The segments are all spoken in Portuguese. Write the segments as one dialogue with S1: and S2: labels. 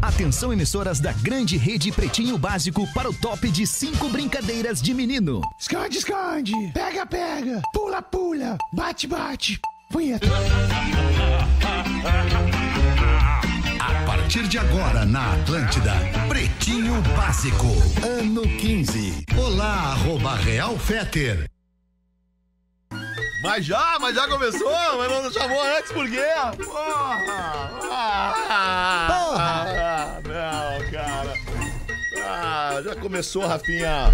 S1: Atenção emissoras da grande rede Pretinho Básico para o top de cinco brincadeiras de menino.
S2: Esconde, esconde. Pega, pega. Pula, pula. Bate, bate. Punheta.
S3: A partir de agora na Atlântida, Pretinho Básico, ano 15. Olá, arroba Real Feter.
S4: Mas já, mas já começou, mas não chamou antes por quê? Porra! Ah, ah, não, cara. Ah, já começou, Rafinha.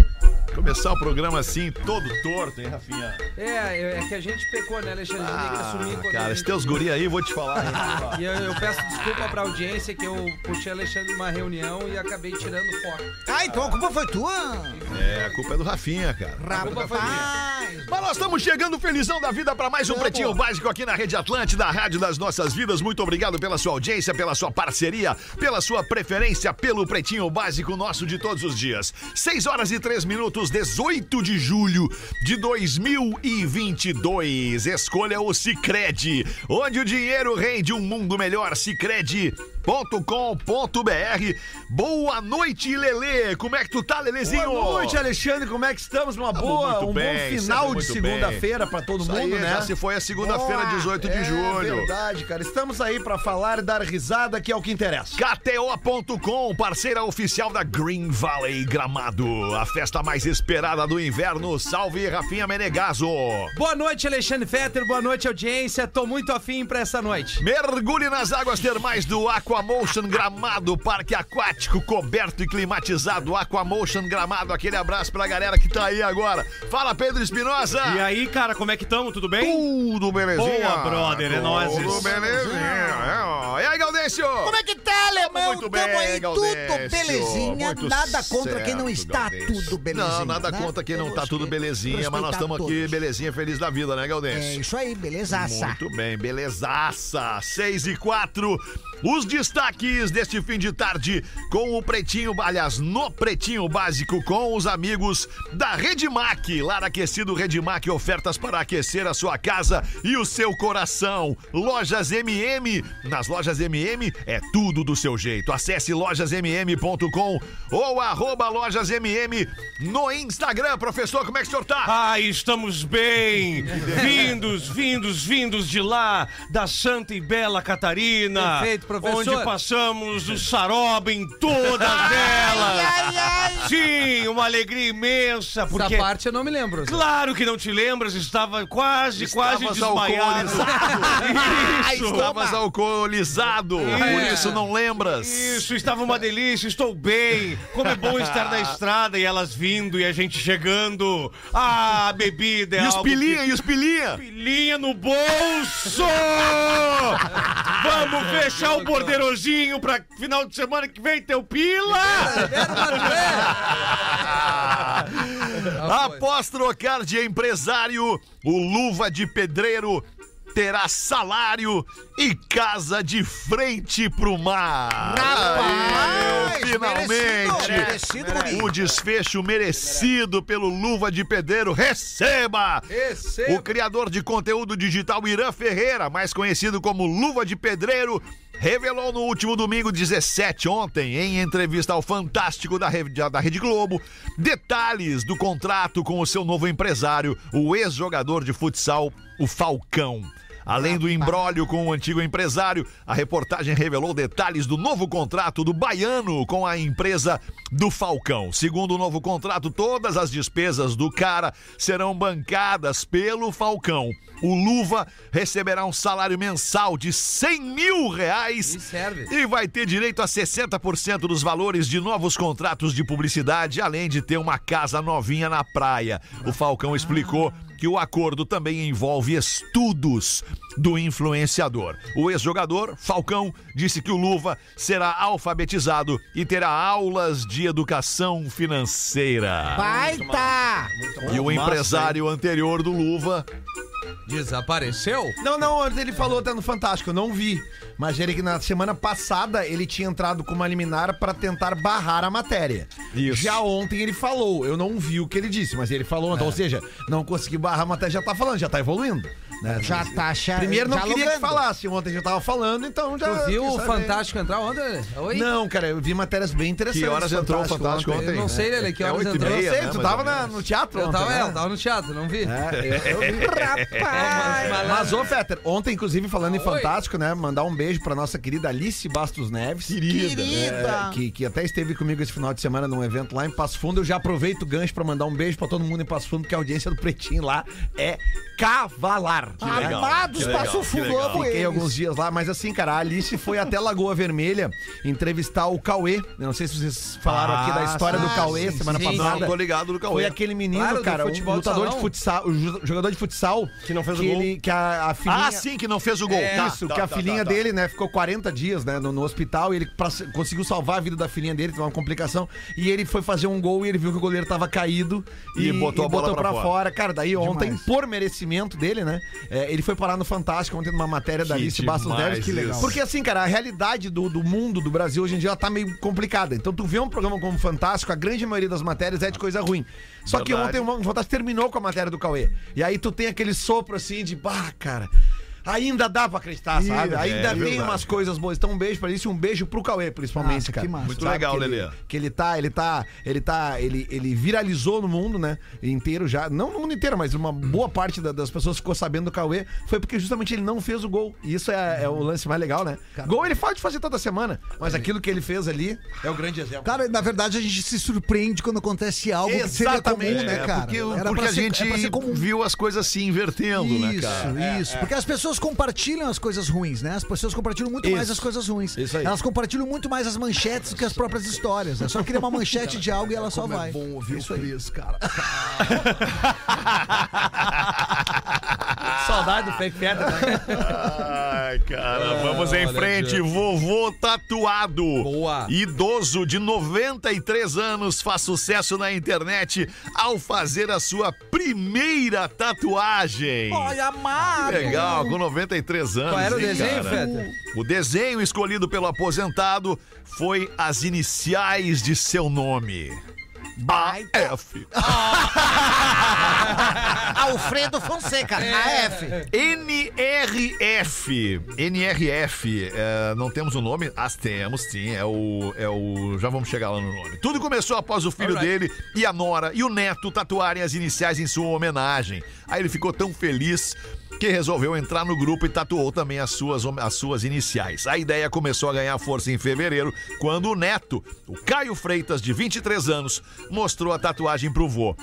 S4: Começar o programa assim, todo torto, hein, Rafinha?
S5: É, é que a gente pecou, né, Alexandre? A gente tem que assumir quando a
S4: Ah, Cara,
S5: gente-
S4: esses teus guri aí, vou te falar. hein?
S5: E eu, eu peço desculpa pra audiência que eu puxei Alexandre numa reunião e acabei tirando foto.
S2: Ah, então a culpa foi tua?
S4: É, a culpa é do Rafinha, cara.
S6: Tá,
S5: culpa foi
S2: Rapaz.
S4: Mas nós estamos chegando felizão da vida para mais um Pretinho Básico aqui na Rede Atlântida, a Rádio das Nossas Vidas. Muito obrigado pela sua audiência, pela sua parceria, pela sua preferência pelo Pretinho Básico nosso de todos os dias. 6 horas e 3 minutos, 18 de julho de 2022. Escolha o Cicred, onde o dinheiro rende um mundo melhor. Cicred.com.br. Boa noite, Lele. Como é que tu tá, Lelezinho?
S6: Boa noite, Alexandre. Como é que estamos?
S2: Tá
S6: Uma boa,
S4: muito
S6: um
S4: bem,
S6: bom final
S4: sempre
S6: de
S4: muito bem.
S6: segunda-feira para todo
S4: Isso
S6: mundo,
S4: aí,
S6: né?
S4: já se foi a segunda-feira,
S6: Boa.
S4: 18 de
S6: é
S4: julho.
S6: verdade, cara. Estamos aí para falar e dar risada, que é o que interessa.
S4: KTO.com, parceira oficial da Green Valley Gramado. A festa mais esperada do inverno. Salve, Rafinha Menegaso.
S5: Boa noite, Alexandre Fetter. Boa noite, audiência. Tô muito afim pra essa noite.
S4: Mergulhe nas águas termais do Aquamotion Gramado, parque aquático coberto e climatizado. Aquamotion Gramado, aquele abraço pra galera que tá aí agora. Fala, Pedro Espinosa.
S7: E aí, cara, como é que tamo? Tudo bem?
S4: Tudo belezinha?
S7: Boa, brother, é nóis
S4: Tudo
S7: isso.
S4: belezinha. é, ó. E aí, Gaudêncio?
S2: Como é que tá, alemão? Tamo
S4: Muito bem,
S2: aí,
S4: Gaudêncio.
S2: tudo belezinha.
S4: Muito
S2: nada contra
S4: certo,
S2: quem não está
S4: Gaudêncio.
S2: tudo belezinha.
S4: Não, nada
S2: né?
S4: contra quem não
S2: Eu
S4: tá
S2: acho
S4: tudo
S2: que
S4: belezinha, mas nós
S2: respeitar
S4: estamos aqui,
S8: É
S2: todos.
S4: belezinha feliz da vida, né,
S2: É
S4: Gaudêncio?
S2: isso aí, belezaça.
S4: Muito bem, belezaça. 6 e 4. Os destaques deste fim de tarde com o Pretinho, aliás, no Pretinho Básico, com os amigos da Redmac. Lar aquecido Redmac, ofertas para aquecer a sua casa e o seu coração. Lojas MM. Nas lojas MM é tudo do seu jeito. Acesse lojasmm.com ou arroba lojasmm no Instagram. Professor, como é que o senhor tá?
S7: Ai, estamos bem! Vindos, vindos, vindos de lá, da Santa e Bela Catarina,
S5: Perfeito, professor.
S7: onde passamos o saroba em todas elas. Sim, uma alegria imensa, porque
S5: Essa parte eu não me lembro.
S7: claro que não te lembras, estava quase, quase
S4: Estavas
S7: desmaiado. Isso.
S4: Estavas alcoolizado, por
S7: É.
S4: isso não lembras.
S7: Isso, estava uma delícia, estou bem. Como é bom estar na estrada e elas vindo e a gente chegando. Ah, a bebida é
S4: E os
S7: algo
S4: pilinha, e os pilinha.
S7: Pilinha no bolso! Vamos fechar o bordeirozinho pra final de semana que vem, teu pila!
S6: É
S7: Ah,
S4: Após trocar de empresário, o Luva de Pedreiro terá salário e casa de frente pro mar. Aí, finalmente,
S2: merecido, merecido,
S4: o desfecho merecido pelo Luva de Pedreiro. Receba! O criador de conteúdo digital Irã Ferreira, mais conhecido como Luva de Pedreiro, revelou no último domingo 17, ontem, em entrevista ao Fantástico da Rede, da Rede Globo, detalhes do contrato com o seu novo empresário, o ex-jogador de futsal, o Falcão. Além do imbróglio com o antigo empresário, a reportagem revelou detalhes do novo contrato do baiano com a empresa do Falcão. Segundo o novo contrato, todas as despesas do cara serão bancadas pelo Falcão. O Luva receberá um salário mensal de 100 mil reais
S5: Me serve.
S4: e vai ter direito a 60% dos valores de novos contratos de publicidade, além de ter uma casa novinha na praia. O Falcão explicou que o acordo também envolve estudos do influenciador. O ex-jogador, Falcão, disse que o Luva será alfabetizado e terá aulas de educação financeira.
S6: tá.
S5: tá.
S2: Baita!
S4: E o empresário anterior do Luva
S5: Desapareceu?
S6: Não, não, ele falou até no Fantástico, eu não vi. Mas ele que na semana passada ele tinha entrado com uma liminar para tentar barrar a matéria.
S4: Isso.
S6: Já ontem ele então,
S7: É.
S6: falou, eu não vi o que ele disse, mas ele falou, ontem, ou seja, não consegui barrar a matéria, já tá falando, já tá evoluindo. né?
S8: Já tá achando.
S6: Primeiro não queria que falasse, ontem já tava falando, então já.
S5: Tu viu
S6: quis
S5: o
S6: saber.
S5: Fantástico entrar ontem? Oi?
S6: Não, cara, eu vi matérias bem interessantes.
S4: Que horas entrou o Fantástico
S5: Eu
S4: ontem?
S5: não sei, Lele, que horas
S4: oito e
S5: entrou.
S6: Eu
S4: meia,
S6: sei,
S4: né,
S6: tu
S4: mais
S6: tava
S4: ou
S6: na-
S4: menos.
S6: no teatro
S5: Eu
S6: ontem,
S5: tava,
S6: né?
S5: é, eu tava no teatro, não vi.
S6: Rapaz!
S5: É, mas-
S6: Mas, ô, Fetter, ontem, inclusive, falando em
S5: Oi.
S6: Fantástico, né? Mandar um beijo pra nossa querida Alice Bastos Neves.
S8: Querida.
S6: É, que, que até esteve comigo esse final de semana num evento lá em Passo Fundo. Eu já aproveito o gancho pra mandar um beijo pra todo mundo em Passo Fundo, porque a audiência do Pretinho lá é cavalar. Tá?
S4: legal,
S8: Armados
S4: que legal,
S8: passou
S4: que
S8: fogo
S4: legal.
S8: eles.
S6: Fiquei alguns dias lá, mas assim, cara, a Alice foi até Lagoa Vermelha entrevistar o Cauê. Eu não sei se vocês falaram aqui da história do
S5: Ah, sim,
S6: Cauê
S5: sim,
S6: semana
S5: sim,
S6: passada.
S4: Não, tô ligado no Cauê.
S6: Foi aquele menino,
S5: Claro, do
S6: cara,
S5: futebol
S6: um
S5: de
S6: lutador de
S5: salão.
S6: futsal, o ju- jogador de futsal.
S7: Que não fez o
S6: que
S7: gol.
S6: Ele, que a, a filhinha...
S4: Ah, sim, que não fez o gol.
S6: É,
S4: Tá,
S6: isso,
S4: tá,
S6: que a
S4: tá,
S6: filhinha
S4: tá, tá.
S6: dele, né, ficou 40 dias, né, no, no hospital e ele pra- conseguiu salvar a vida da filhinha dele, teve uma complicação, e ele foi fazer um gol e ele viu que o goleiro tava caído
S4: E botou a bola pra
S6: pra
S4: fora.
S6: Cara, daí ontem, por merecimento dele, né, é, ele foi parar no Fantástico ontem numa matéria da
S4: Que
S6: Alice Bastos
S4: demais
S6: Neves.
S4: isso.
S6: Porque assim, cara, a realidade do, do mundo, do Brasil hoje em dia, ela tá meio complicada. Então tu vê um programa como Fantástico, a grande maioria das matérias é de coisa ruim. Só que
S4: Verdade.
S6: ontem o Fantástico terminou com a matéria do Cauê. E aí tu tem aquele sopro assim de, bah, cara... Ainda dá pra acreditar, sabe?
S8: é
S6: Ainda tem
S4: verdade.
S6: umas coisas boas. Então um beijo pra isso e um beijo pro Cauê, principalmente,
S8: Nossa,
S6: cara.
S8: que massa.
S4: Muito
S6: Sabe
S4: legal,
S6: que ele-
S4: Lelê.
S6: Que ele tá, ele tá, ele tá, ele, ele viralizou no mundo, né? Inteiro já. Não no mundo inteiro, mas uma boa parte da- das pessoas ficou sabendo do Cauê. Foi porque justamente ele não fez o gol. E isso é, é o lance mais legal, né? Gol ele pode fazer toda semana, mas
S8: É.
S6: aquilo que ele fez ali é o grande exemplo.
S8: Cara, na verdade a gente se surpreende quando acontece algo que seria comum,
S6: Exatamente,
S8: né,
S6: é,
S8: cara?
S4: Porque,
S8: Era
S4: porque
S8: pra
S4: a
S8: ser-
S4: gente
S8: é pra ser comum.
S4: viu as coisas se invertendo, né,
S8: Isso,
S4: cara?
S6: É,
S8: isso. Porque é as pessoas compartilham as coisas ruins, né? As pessoas compartilham muito mais
S6: Isso.
S8: as coisas ruins.
S6: Isso aí.
S8: Elas compartilham muito mais as manchetes do que as próprias histórias. É só cria uma manchete de algo e ela só
S9: Como
S8: vai.
S9: é bom ouvir o Cris, cara.
S5: Ah,
S6: Saudade do fake pedra, né?
S4: Ai,
S8: Ah,
S4: cara, vamos em frente. Vovô tatuado.
S5: Boa.
S4: Idoso de 93 anos faz sucesso na internet ao fazer a sua primeira tatuagem.
S8: Olha, amado!
S4: Que legal, com 93 anos.
S5: Qual era o
S4: hein,
S5: desenho,
S4: cara?
S5: Feta?
S4: O desenho escolhido pelo aposentado foi as iniciais de seu nome. F
S8: Alfredo Fonseca,
S9: É.
S8: AF.
S4: NRF. NRF. é, não temos o nome? As temos, sim. É o, é o. Já vamos chegar lá no nome. Tudo começou após o filho dele e a Nora e o neto tatuarem as iniciais em sua homenagem. Aí ele ficou tão feliz que resolveu entrar no grupo e tatuou também as suas, hom- as suas iniciais. A ideia começou a ganhar força em fevereiro, quando o neto, o Caio Freitas, de 23 anos, mostrou a tatuagem pro vô.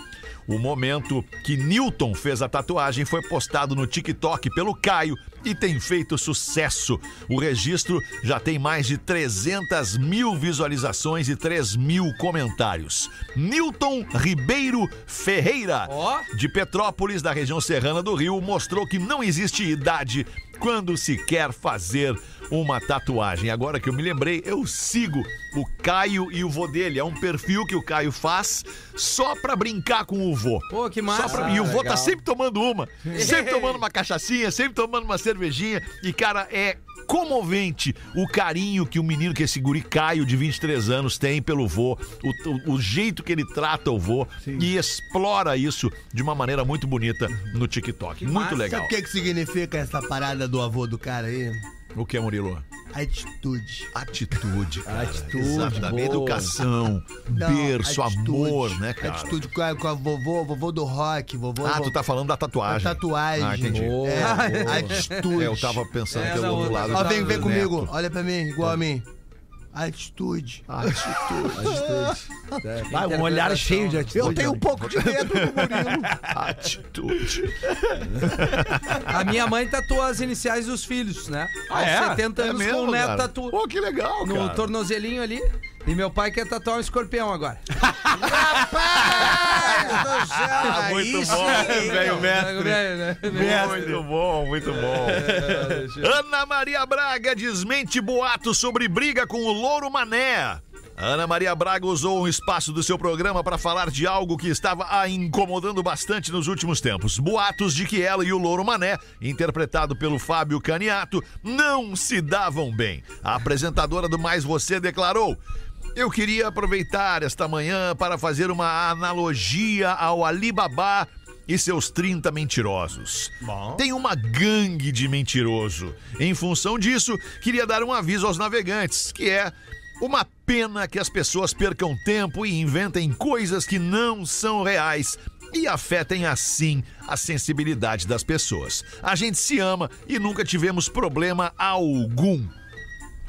S4: O momento que Newton fez a tatuagem foi postado no TikTok pelo Caio e tem feito sucesso. O registro já tem mais de 300 mil visualizações e 3 mil comentários. Newton Ribeiro Ferreira,
S5: Ó.
S4: de Petrópolis, da região serrana do Rio, mostrou que não existe idade quando se quer fazer uma tatuagem. Agora que eu me lembrei, eu sigo o Caio e o vô dele. É um perfil que o Caio faz só pra brincar com o vô.
S5: Pô, que
S4: Só
S5: massa.
S4: pra- E o vô tá
S5: Legal.
S4: sempre tomando uma, sempre tomando uma cachaçinha, sempre tomando uma cervejinha. E, cara, é comovente o carinho que o menino, que esse guri Caio, de 23 anos, tem pelo vô, o, o- o jeito que ele trata o vô e explora isso de uma maneira muito bonita no TikTok. muito
S5: massa.
S4: legal.
S9: O que, que significa essa parada do avô do cara aí?
S4: O que é, Murilo?
S9: Atitude.
S4: Atitude, cara.
S9: Atitude,
S4: Exatamente.
S9: boa.
S4: Educação,
S9: Não,
S4: berço,
S9: atitude.
S4: amor, né, cara?
S9: Atitude com a, com a vovô, vovô do rock, vovô.
S4: Ah, tu tá falando da tatuagem.
S9: Da tatuagem.
S4: Ah, entendi.
S9: É, atitude.
S4: É, eu tava pensando
S5: É,
S4: que
S5: não,
S4: eu do lado.
S9: Ó, vem,
S4: do
S9: vem
S4: neto.
S9: comigo. Olha pra mim, igual a mim. Atitude.
S8: tá
S6: Ah, um olhar cheio de atitude.
S8: Eu tenho um pouco de medo do Murilo.
S4: Atitude.
S5: A minha mãe tatuou as iniciais dos filhos, né? Aos
S7: é?
S5: 70 anos com o neto tatuou.
S4: Pô, que legal,
S5: no
S4: cara.
S5: tornozelinho ali. E meu pai quer tatuar um escorpião agora.
S7: Ah, muito bom, velho
S5: né,
S7: mestre.
S5: é,
S4: Muito bom, muito bom. Ana Maria Braga desmente boato sobre briga com o Louro Mané. Ana Maria Braga usou um espaço do seu programa para falar de algo que estava a incomodando bastante nos últimos tempos. Boatos de que ela e o Louro Mané, interpretado pelo Fábio Caniato, não se davam bem. A apresentadora do Mais Você declarou: eu queria aproveitar esta manhã para fazer uma analogia ao Alibaba e seus 30 mentirosos. Tem uma gangue de mentiroso. Em função disso, queria dar um aviso aos navegantes, que é uma pena que as pessoas percam tempo e inventem coisas que não são reais e afetem assim a sensibilidade das pessoas. A gente se ama e nunca tivemos problema algum.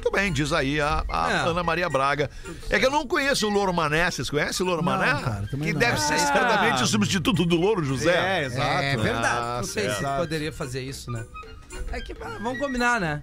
S4: Muito bem, diz aí a, a
S5: É.
S4: Ana Maria Braga. É que eu não conheço o Louro Mané. Vocês conhecem o Louro Mané?
S8: cara, também
S4: que
S8: não. Ah.
S4: deve ser certamente o substituto do Louro José.
S7: É, exato.
S8: É verdade.
S4: Ah,
S5: Não sei se
S4: certo.
S5: poderia fazer isso, né? É que, pá, vamos combinar, né?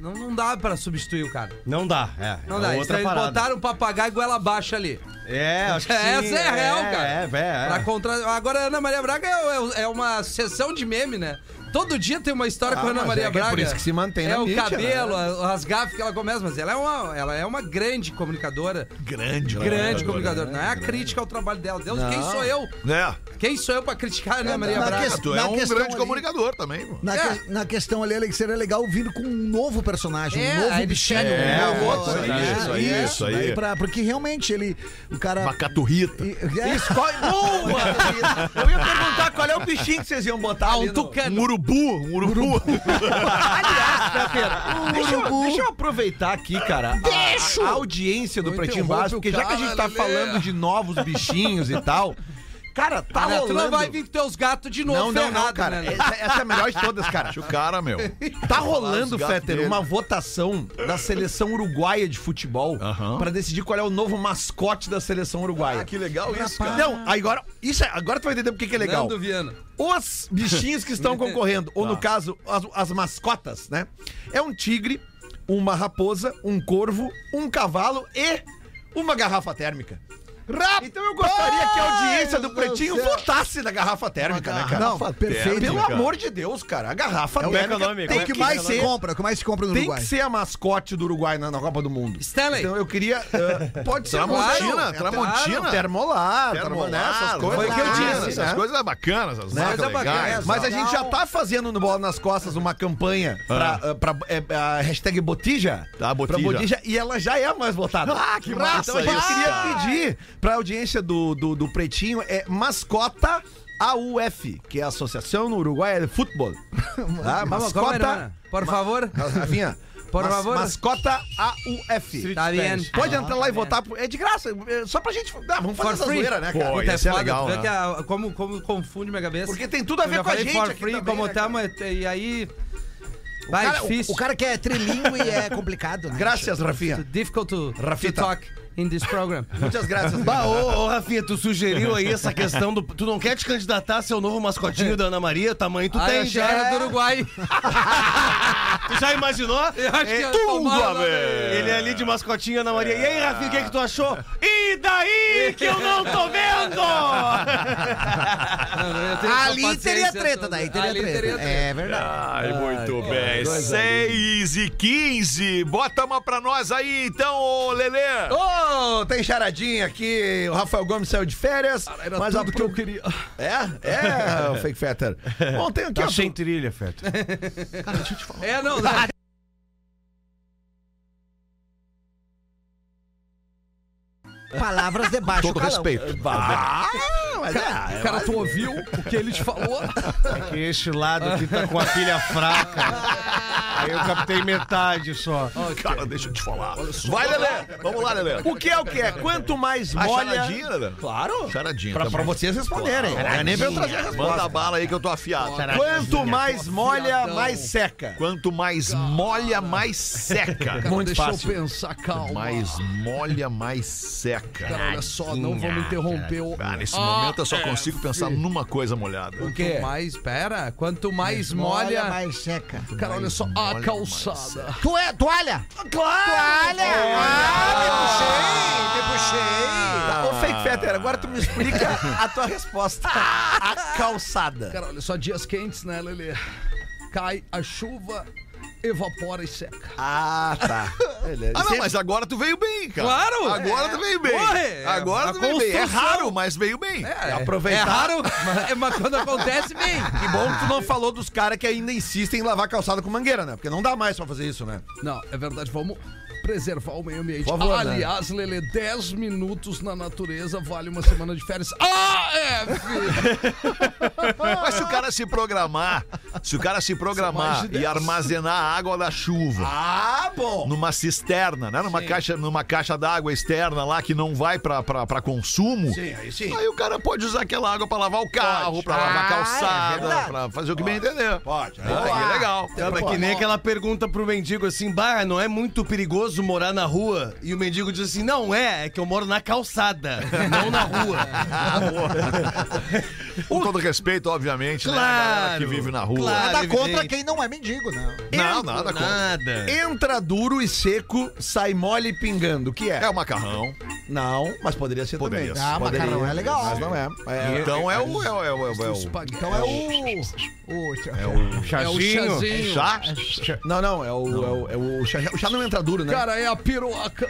S5: Não, não dá pra substituir o cara.
S7: Não dá, é.
S5: Não
S7: é
S5: dá.
S7: Outra
S5: Eles
S7: parada.
S5: botaram o papagaio goela abaixo ali.
S7: É, acho que sim.
S5: Essa é a real, cara.
S7: É, é, é.
S5: Pra contra... Agora, a Ana Maria Braga é, é- é uma sessão de meme, né? Todo dia tem uma história com a Ana
S6: mas
S5: Maria
S6: é que é
S5: Braga.
S6: por isso que se mantém
S5: É
S6: na
S5: o
S6: mídia, né?
S5: cabelo, a- as gafas que ela começa, mas ela é uma, ela é uma grande comunicadora.
S4: Grande,
S6: né?
S5: grande comunicadora. Não é a crítica ao trabalho dela. Deus, quem sou eu?
S4: Né?
S5: Quem sou eu pra criticar a Ana Maria
S8: na
S5: Braga?
S8: questão-
S4: Tu é
S8: Na
S4: um
S8: questão
S4: grande
S8: ali-
S4: comunicador também. pô.
S8: Na, que- na questão ali, Alex, seria legal vir com um novo personagem,
S5: É,
S8: um novo
S5: aí ele
S8: bichinho.
S5: chega
S8: um
S4: com
S8: novo-
S4: outro,
S8: é,
S4: né? Isso aí, isso aí.
S8: daí pra- porque realmente ele. O cara.
S4: Uma caturrita.
S8: Isso,
S6: Eu ia perguntar qual é o bichinho que vocês iam botar.
S5: Um tucano.
S4: Um urubu, um urubu.
S6: Aliás, né, Pedro? deixa, eu, deixa eu aproveitar aqui, cara, a, a audiência do
S5: Não
S6: Pretinho
S5: interrompe
S6: Básico,
S5: o
S6: porque já que a gente tá
S5: cara,
S6: falando de novos bichinhos e tal, cara, tá
S5: Né? Tu
S6: rolando...
S5: não vai vir com teus gatos de novo
S6: não, não,
S5: ferrado,
S6: não, cara.
S5: né?
S6: Essa, essa é a melhor de todas, cara.
S4: Deixa o cara, meu.
S6: Tá rolando,
S4: gatos
S6: Fetter,
S4: dele.
S6: uma votação da seleção uruguaia de futebol
S4: Aham. Ah,
S6: pra decidir qual é o novo mascote da seleção uruguaia.
S4: legal isso,
S6: Não, agora, isso é- agora tu vai entender porque que é legal.
S5: Nando Viana.
S6: Os bichinhos que estão concorrendo, ou no caso, as, as mascotas, né? É um tigre, uma raposa, um corvo, um cavalo e uma garrafa térmica. então eu gostaria que a audiência do Pretinho votasse na garrafa térmica, né, cara?
S8: Não, perfeito.
S6: Pelo
S4: cara.
S6: amor de Deus, cara, a garrafa
S7: o
S6: térmica
S7: econômico,
S6: tem
S7: é o
S8: que
S6: que
S7: que
S8: mais
S6: mais
S8: se
S6: ser
S8: compra? O que mais se compra no
S6: tem que
S8: Uruguai?
S6: ser a mascote do Uruguai na, na Copa do Mundo.
S5: Stanley.
S6: Então eu queria. ah, pode ser
S5: Tramontina,
S6: Museu, é
S4: Tramontina.
S6: Claro, Termolar, Termolar, essas
S4: tá Ah, Foi
S6: coisas.
S4: o que eu
S6: Claro,
S4: disse.
S6: né?
S4: Essas coisas é bacanas, essas
S6: Né?
S4: marcas
S5: Coisa bacana,
S4: legais.
S5: essas-
S6: Mas a gente já tá fazendo no Bola nas Costas uma campanha pra, ah, pra, é, a hashtag Botija.
S4: Tá, Botija.
S6: Pra e ela já é a mais votada. Ah,
S4: que massa
S6: Então a gente
S4: isso,
S6: queria
S4: cara.
S6: pedir pra audiência do, do, do Pretinho é mascota AUF, que é a Associação no Uruguai de Futebol. Tá?
S5: Ah, Vamos, calma aí, Ana.
S6: mascota...
S5: Por favor.
S6: Rafinha,
S5: Por favor.
S6: Mascota AUF.
S5: Tá bem.
S6: Pode entrar lá e votar. por- É de graça. é Só pra gente. Ah, vamos fazer
S5: For
S6: essa
S5: free.
S6: zoeira, né, cara?
S4: Pô,
S5: Puta,
S4: ia ser
S5: foda,
S4: legal,
S5: tu vê
S4: né?
S5: que a- como, como confunde minha cabeça.
S6: Porque tem tudo a
S5: Eu
S6: ver
S5: já
S6: com a
S5: falei
S6: gente.
S5: for
S6: aqui
S5: free,
S6: também,
S5: como
S6: né,
S5: tá,
S6: cara?
S5: mas e aí... Vai,
S6: cara, o-
S5: difícil.
S8: O cara que é trilingue é complicado, né?
S6: Graças, Rafinha.
S5: It's difficult to, to
S6: Rafita.
S5: talk in this program.
S6: tá. Muitas graças.
S7: Bah, ô, ô, Rafinha, tu sugeriu aí essa questão do. Tu não quer te candidatar a ser o novo mascotinho da Ana Maria? Tamanho tu
S5: Ah, eu
S7: tem
S5: achei
S7: já.
S5: era
S6: é.
S5: do Uruguai.
S7: Tu já imaginou?
S5: Eu acho que
S7: É,
S5: tudo,
S4: velho.
S7: Ele é ali de mascotinha Ana Maria. E aí, Rafinha, o que, é que tu achou? E daí que eu não tô vendo!
S8: Ali teria treta, daí teria treta. É verdade.
S4: Ai, muito bem. 6 e 15. Bota uma pra nós aí, então, ô Lelê.
S5: É.
S6: Ô, tem charadinha aqui. O Rafael Gomes saiu de férias. mas tudo que eu queria. É? É, o fake fetter. Bom, tem
S7: Tá
S6: aqui, ó.
S7: trilha, Feto.
S5: É, não, não.
S8: Palavras de baixo calão.
S6: Ah, mas é.
S5: O cara, tu ouviu o que ele te falou?
S7: Que este lado aqui tá com a pilha fraca. Aí eu captei metade só.
S4: Cara, deixa eu te falar. Vai, Lelê. Vamos lá, Lelê.
S6: O que é o que é? Quanto mais
S4: A
S6: molha.
S4: charadinha, Lelê.
S6: Claro.
S4: Charadinha.
S6: Pra,
S4: tá
S6: pra
S4: bom.
S6: vocês responderem. Não é nem pra eu trazer a
S4: Manda
S6: resposta.
S4: bala aí que eu tô afiado.
S6: Quanto mais molha, mais seca.
S4: Quanto mais molha, mais seca.
S6: Muito fácil.
S2: eu pensar, calma.
S4: Mais molha, mais seca.
S2: Cara, olha só, não vou me interromper. Eu-
S4: Ah, nesse momento eu só consigo pensar numa coisa molhada.
S5: é, O quê? mais, pera, quanto mais molha...
S8: Molha, mais seca.
S2: Cara, olha só, a calçada.
S8: Tu é toalha? Claro! Toalha!
S6: Ah, Ô, fake fetter, agora tu me explica a tua resposta. A calçada.
S2: Cara, olha só, dias quentes, né, Lelê? Cai a chuva, evapora e seca.
S6: Ah, tá.
S4: Ah, não, mas agora tu veio bem, cara.
S5: Claro!
S4: Agora tu veio bem.
S5: Corre!
S4: Agora
S5: É
S4: tu
S5: uma
S4: veio bem. É
S5: construção.
S4: raro, mas veio bem.
S5: É,
S6: Aproveitar.
S5: É raro, mas, mas quando acontece, vem.
S6: Que bom que tu não falou dos caras que ainda insistem em lavar calçada com mangueira, né? Porque não dá mais pra fazer isso, né?
S2: Não, é verdade, vamos. preservar o meio ambiente.
S6: Por favor, né?
S2: Aliás, Lele, 10 minutos na natureza vale uma semana de férias. Ah, é, filho.
S4: Mas se o cara se programar, se o cara se
S2: mais
S4: programar
S2: de
S4: e
S2: dez.
S4: armazenar a água da chuva.
S2: Ah, bom.
S4: Numa cisterna, né? Numa caixa, numa caixa d'água externa lá que não vai pra, pra, pra consumo.
S2: Sim, aí sim.
S4: Aí o cara pode usar aquela água pra lavar o carro, pra lavar a calçada, pra fazer o que bem entender. Pode. Aí é legal.
S7: Cara, que nem aquela pergunta pro mendigo assim, bah, não é muito perigoso morar na rua? E o mendigo diz assim, não é, é que eu moro na calçada, não na rua.
S4: Com todo respeito, obviamente, né? A galera que
S7: Claro.
S4: vive na rua.
S7: Claro.
S8: Nada contra
S7: evidente.
S8: quem não é mendigo, né?
S4: Não, nada contra.
S7: Nada.
S6: Entra duro e seco, sai mole e pingando. O que é?
S4: É o macarrão.
S6: Não, mas poderia ser
S4: Poderia
S6: também.
S4: ser.
S8: Ah,
S6: Poderia,
S8: macarrão é legal.
S6: Mas não é. É-
S4: Então é o. É o, é o, é o- é o-
S8: Então é o. o-
S2: É o chazinho.
S4: Chá?
S6: Não, não, é o, é o, é o chá. O chá não entra duro, né?
S2: Cara, é a piroca.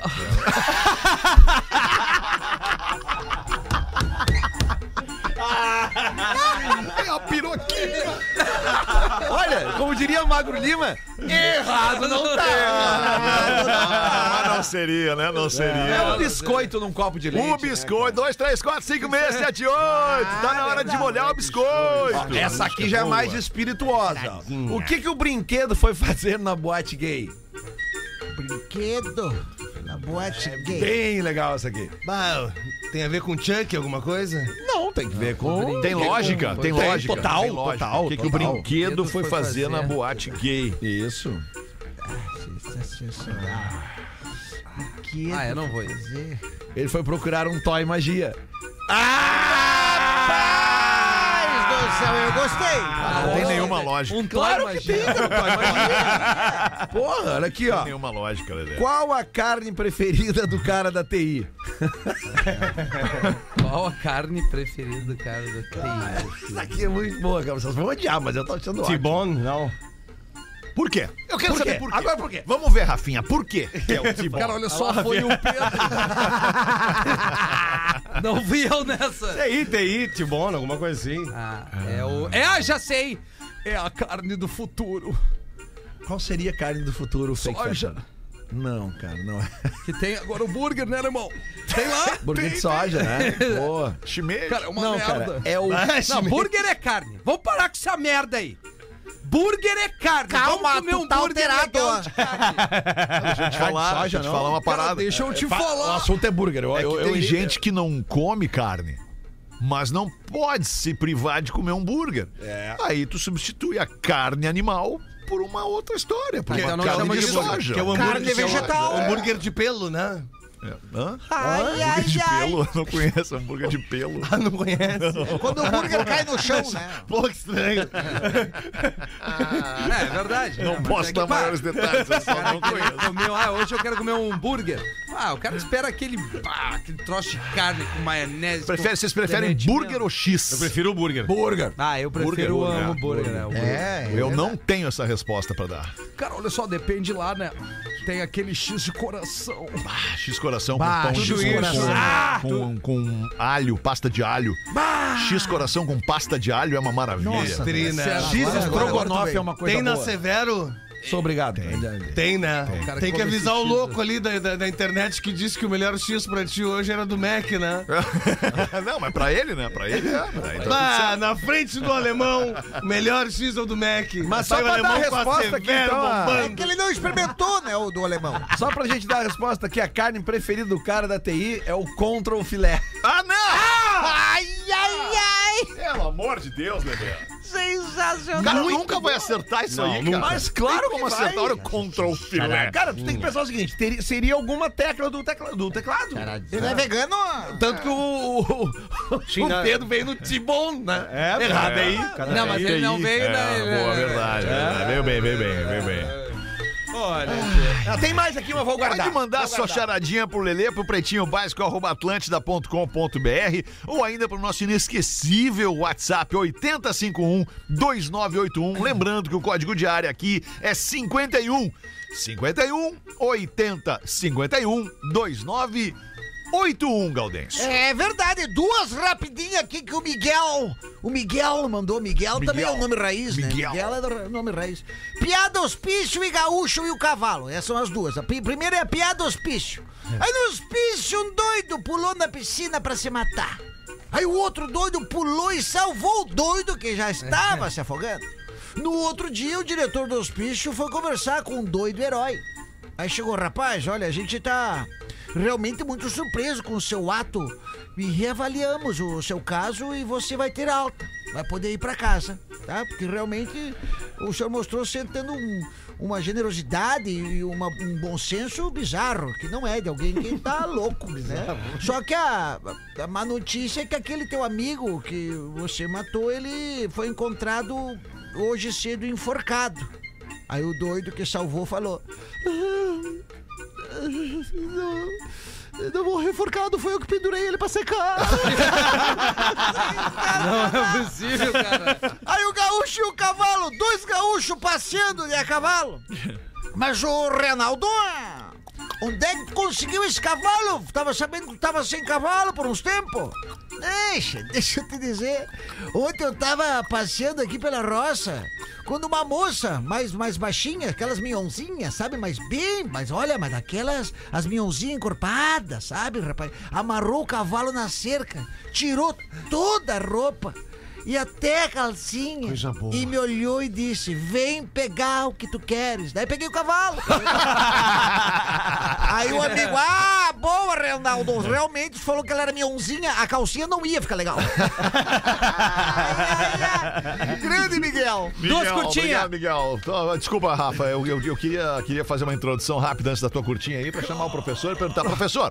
S4: É a piroquinha.
S6: Olha, como diria Magro Lima, errado não tá.
S4: Ah, mas não seria, né? Não
S6: É
S4: seria.
S6: um biscoito num copo de leite.
S4: Um biscoito, dois, três, quatro, cinco, seis, sete, oito. Tá na hora de molhar o biscoito.
S6: Essa aqui já é mais espirituosa. ó. O que que o brinquedo foi fazer na boate gay?
S8: Brinquedo na boate gay.
S6: É Bem legal essa aqui.
S7: Bah, tem a ver com Chuck alguma coisa?
S6: Não, tem que ver com...
S4: Tem lógica, tem
S6: Tem,
S4: lógica.
S6: total,
S4: tem lógica.
S6: total,
S4: O que, que
S6: total.
S4: o brinquedo foi fazer na boate gay?
S6: Isso.
S8: Sensacional. Brinquedo.
S5: Ah, eu não vou.
S8: fazer.
S6: Ele foi procurar um toy magia.
S8: Mas do céu, eu gostei.
S4: Ah, Não tem nenhuma lógica.
S5: Um
S6: Claro
S5: toy
S6: que tem,
S5: magia.
S6: cara, toy magia. Porra, Ah, olha aqui,
S4: Não
S6: ó.
S4: tem nenhuma lógica, Lelê.
S6: Qual a carne preferida do cara da TI?
S5: Qual a carne preferida do cara da TI?
S6: Isso aqui é muito boa, cara. Vocês vão odiar, mas eu tô achando ótimo.
S7: T-Bone, não.
S4: Por quê? Eu quero
S6: Por quê?
S4: saber por quê.
S6: Agora por quê?
S4: Vamos ver, Rafinha, por quê? que é o T-Bone?
S2: Cara, olha só, foi o Pedro.
S5: Não vi eu nessa.
S7: TI, TI, T-Bone, é alguma coisa assim.
S5: Ah, é o. É, já sei!
S2: É a carne do futuro.
S6: Qual seria a carne do futuro? fake
S2: Soja.
S6: fashion? Não, cara, não é.
S2: Que tem agora o burger, né, irmão?
S5: Tem lá!
S6: Burger de soja, né? Boa.
S4: Shimeji?
S2: Cara, é uma
S6: Não,
S2: merda.
S6: cara, é o...
S5: Não, burger é carne. Vamos parar com essa merda aí. Burger é carne.
S8: Calma,
S5: Vamos comer
S8: tu
S5: um
S8: tá
S5: burger
S8: alterado,
S5: legal
S8: ó.
S5: de carne.
S4: deixa eu te falar,
S6: soja,
S4: deixa eu te
S6: não.
S4: falar uma parada.
S2: Cara, deixa eu te
S6: O
S2: falar.
S6: assunto é burger. Eu,
S4: É que
S6: eu, eu
S4: tem
S6: engenho...
S4: gente que não come carne, mas não pode se privar de comer um burger. Aí tu substitui a carne animal por uma outra história, por
S5: Ah,
S7: é
S4: uma
S5: então não
S4: carne
S5: chama
S4: de
S5: de burger,
S4: soja.
S7: Que é o
S8: Carne
S7: hambúrguer,
S8: vegetal.
S7: É o hambúrguer de pelo, né?
S4: É. Hã?
S8: Ai, ai,
S4: De
S8: ai.
S4: pelo? Eu não conheço hambúrguer de pelo.
S7: Ah, não conhece?
S8: Quando o burger cai no chão, né?
S7: Pô, que estranho.
S5: É, é verdade.
S4: Não
S5: né, mas
S4: posso
S5: é que,
S4: dar
S5: pá,
S4: maiores detalhes, eu só não conheço.
S5: Comeu, ah, hoje eu quero comer um hambúrguer. Ah, o cara espera aquele, pá, aquele troço de carne com maionese.
S4: Prefere,
S5: com
S4: vocês preferem
S5: leite
S4: burger ou X? Eu,
S7: Prefiro o burger.
S6: Burger.
S5: Ah, eu prefiro o
S4: Burger,
S5: hambúrguer.
S4: né?
S5: né, o hambúrguer.
S8: É,
S4: não tenho essa resposta pra dar.
S2: Cara, olha só, depende lá, né? Tem aquele X de coração.
S4: Ah, X coração
S8: Bah,
S4: com pão de
S8: tudo
S4: com-
S8: isso.
S4: com-
S8: Ah,
S4: com, com alho, pasta de alho. X coração com pasta de alho é uma maravilha.
S8: Nossa,
S7: Trina.
S6: X estrogonofe
S8: bem.
S6: é uma coisa
S7: Tem na
S6: boa.
S7: Severo?
S6: Sou obrigado.
S7: Tem, né?
S2: cara
S7: Tem
S2: que
S7: que
S2: come
S7: avisar o
S2: esse
S7: louco ali da, da, da internet que disse que o melhor X pra ti hoje era do Mac, né?
S8: Tá
S4: não, mas pra ele, né? Pra ele é. pra ele.
S7: Bah, na frente do alemão, o melhor X é o do Mac.
S6: Mas só
S7: Sai o
S6: pra dar a
S7: alemão com a
S6: resposta aqui,
S7: Severo
S6: então, a-
S8: é
S7: bombando.
S8: que ele não experimentou, né, o do alemão.
S6: Só pra gente dar a resposta aqui, a carne preferida do cara da TI é o contra o filé.
S4: Ah, não!
S8: Ai, ai, ai.
S4: Ah! Pelo amor de Deus, Lelê. O
S8: Sensacional.
S4: cara nunca vai acertar isso aí, cara. Mas claro como
S6: vai.
S4: acertar o Control Filé.
S6: Cara, tu tem que pensar o seguinte, teria- seria alguma tecla do, tecla- do teclado.
S8: Ele é vegano? ó.
S6: Tanto que o, o, o Pedro veio no Tibon, né? É, errado aí.
S5: Não, mas ele não veio, né? ele-
S4: É, boa,
S6: É.
S4: verdade. verdade. Veio bem, veio bem, veio bem.
S6: Ah, Tem mais aqui, mas vou guardar.
S4: Pode mandar sua charadinha pro Lelê, pro pretinho básico, arroba atlântida.com.br ou ainda pro nosso inesquecível WhatsApp 8051-2981. Lembrando que o código de área aqui é 51 51 80 51 2981. 8-1, Gaudêncio.
S8: É verdade, duas rapidinhas aqui que o Miguel. O Miguel mandou, Miguel, também é o nome raiz, né?
S4: Miguel.
S8: Miguel é do ra- nome raiz. Piada hospício e gaúcho e o cavalo. Essas são as duas. A pi- primeira é a piada hospício. Aí no hospício, um doido pulou na piscina pra se matar. Aí o outro doido pulou e salvou o doido que já estava se afogando. No outro dia, o diretor do hospício foi conversar com um doido herói. Aí chegou, rapaz, olha, a gente tá realmente muito surpreso com o seu ato e reavaliamos o seu caso e você vai ter alta. Vai poder ir pra casa, tá? Porque realmente o senhor mostrou ser tendo um- uma generosidade e uma- um bom senso bizarro, que não é de alguém que tá louco, né? Só que a, a má notícia é que aquele teu amigo que você matou, ele foi encontrado hoje cedo enforcado. Aí o doido que salvou falou: não, não morreu enforcado, foi eu que pendurei ele pra secar.
S5: Não é possível, cara.
S8: Aí o gaúcho e o cavalo, dois gaúchos passeando de a cavalo. Mas o Reinaldo, onde é que tu conseguiu esse cavalo? Tava sabendo que tu tava sem cavalo por uns tempos. Deixa, deixa eu te dizer. Ontem eu tava passeando aqui pela roça, quando uma moça, mais, mais baixinha, aquelas minhonzinhas, sabe? Mas bem, mas olha, mas daquelas, as minhonzinhas encorpadas, sabe, rapaz? Amarrou o cavalo na cerca, tirou toda a roupa e até a calcinha. E me olhou e disse: Vem pegar o que tu queres. Daí peguei o cavalo. Aí o amigo, ah, boa, Reinaldo. Realmente tu falou que ela era minhonzinha, a calcinha não ia ficar legal. Ai, ai, ai. Grande Miguel.
S4: Miguel,
S5: Duas curtinhas.
S4: Obrigado, Miguel. Tô- Desculpa, Rafa, eu, eu- eu queria, queria fazer uma introdução rápida antes da tua curtinha aí pra chamar o professor e perguntar, professor,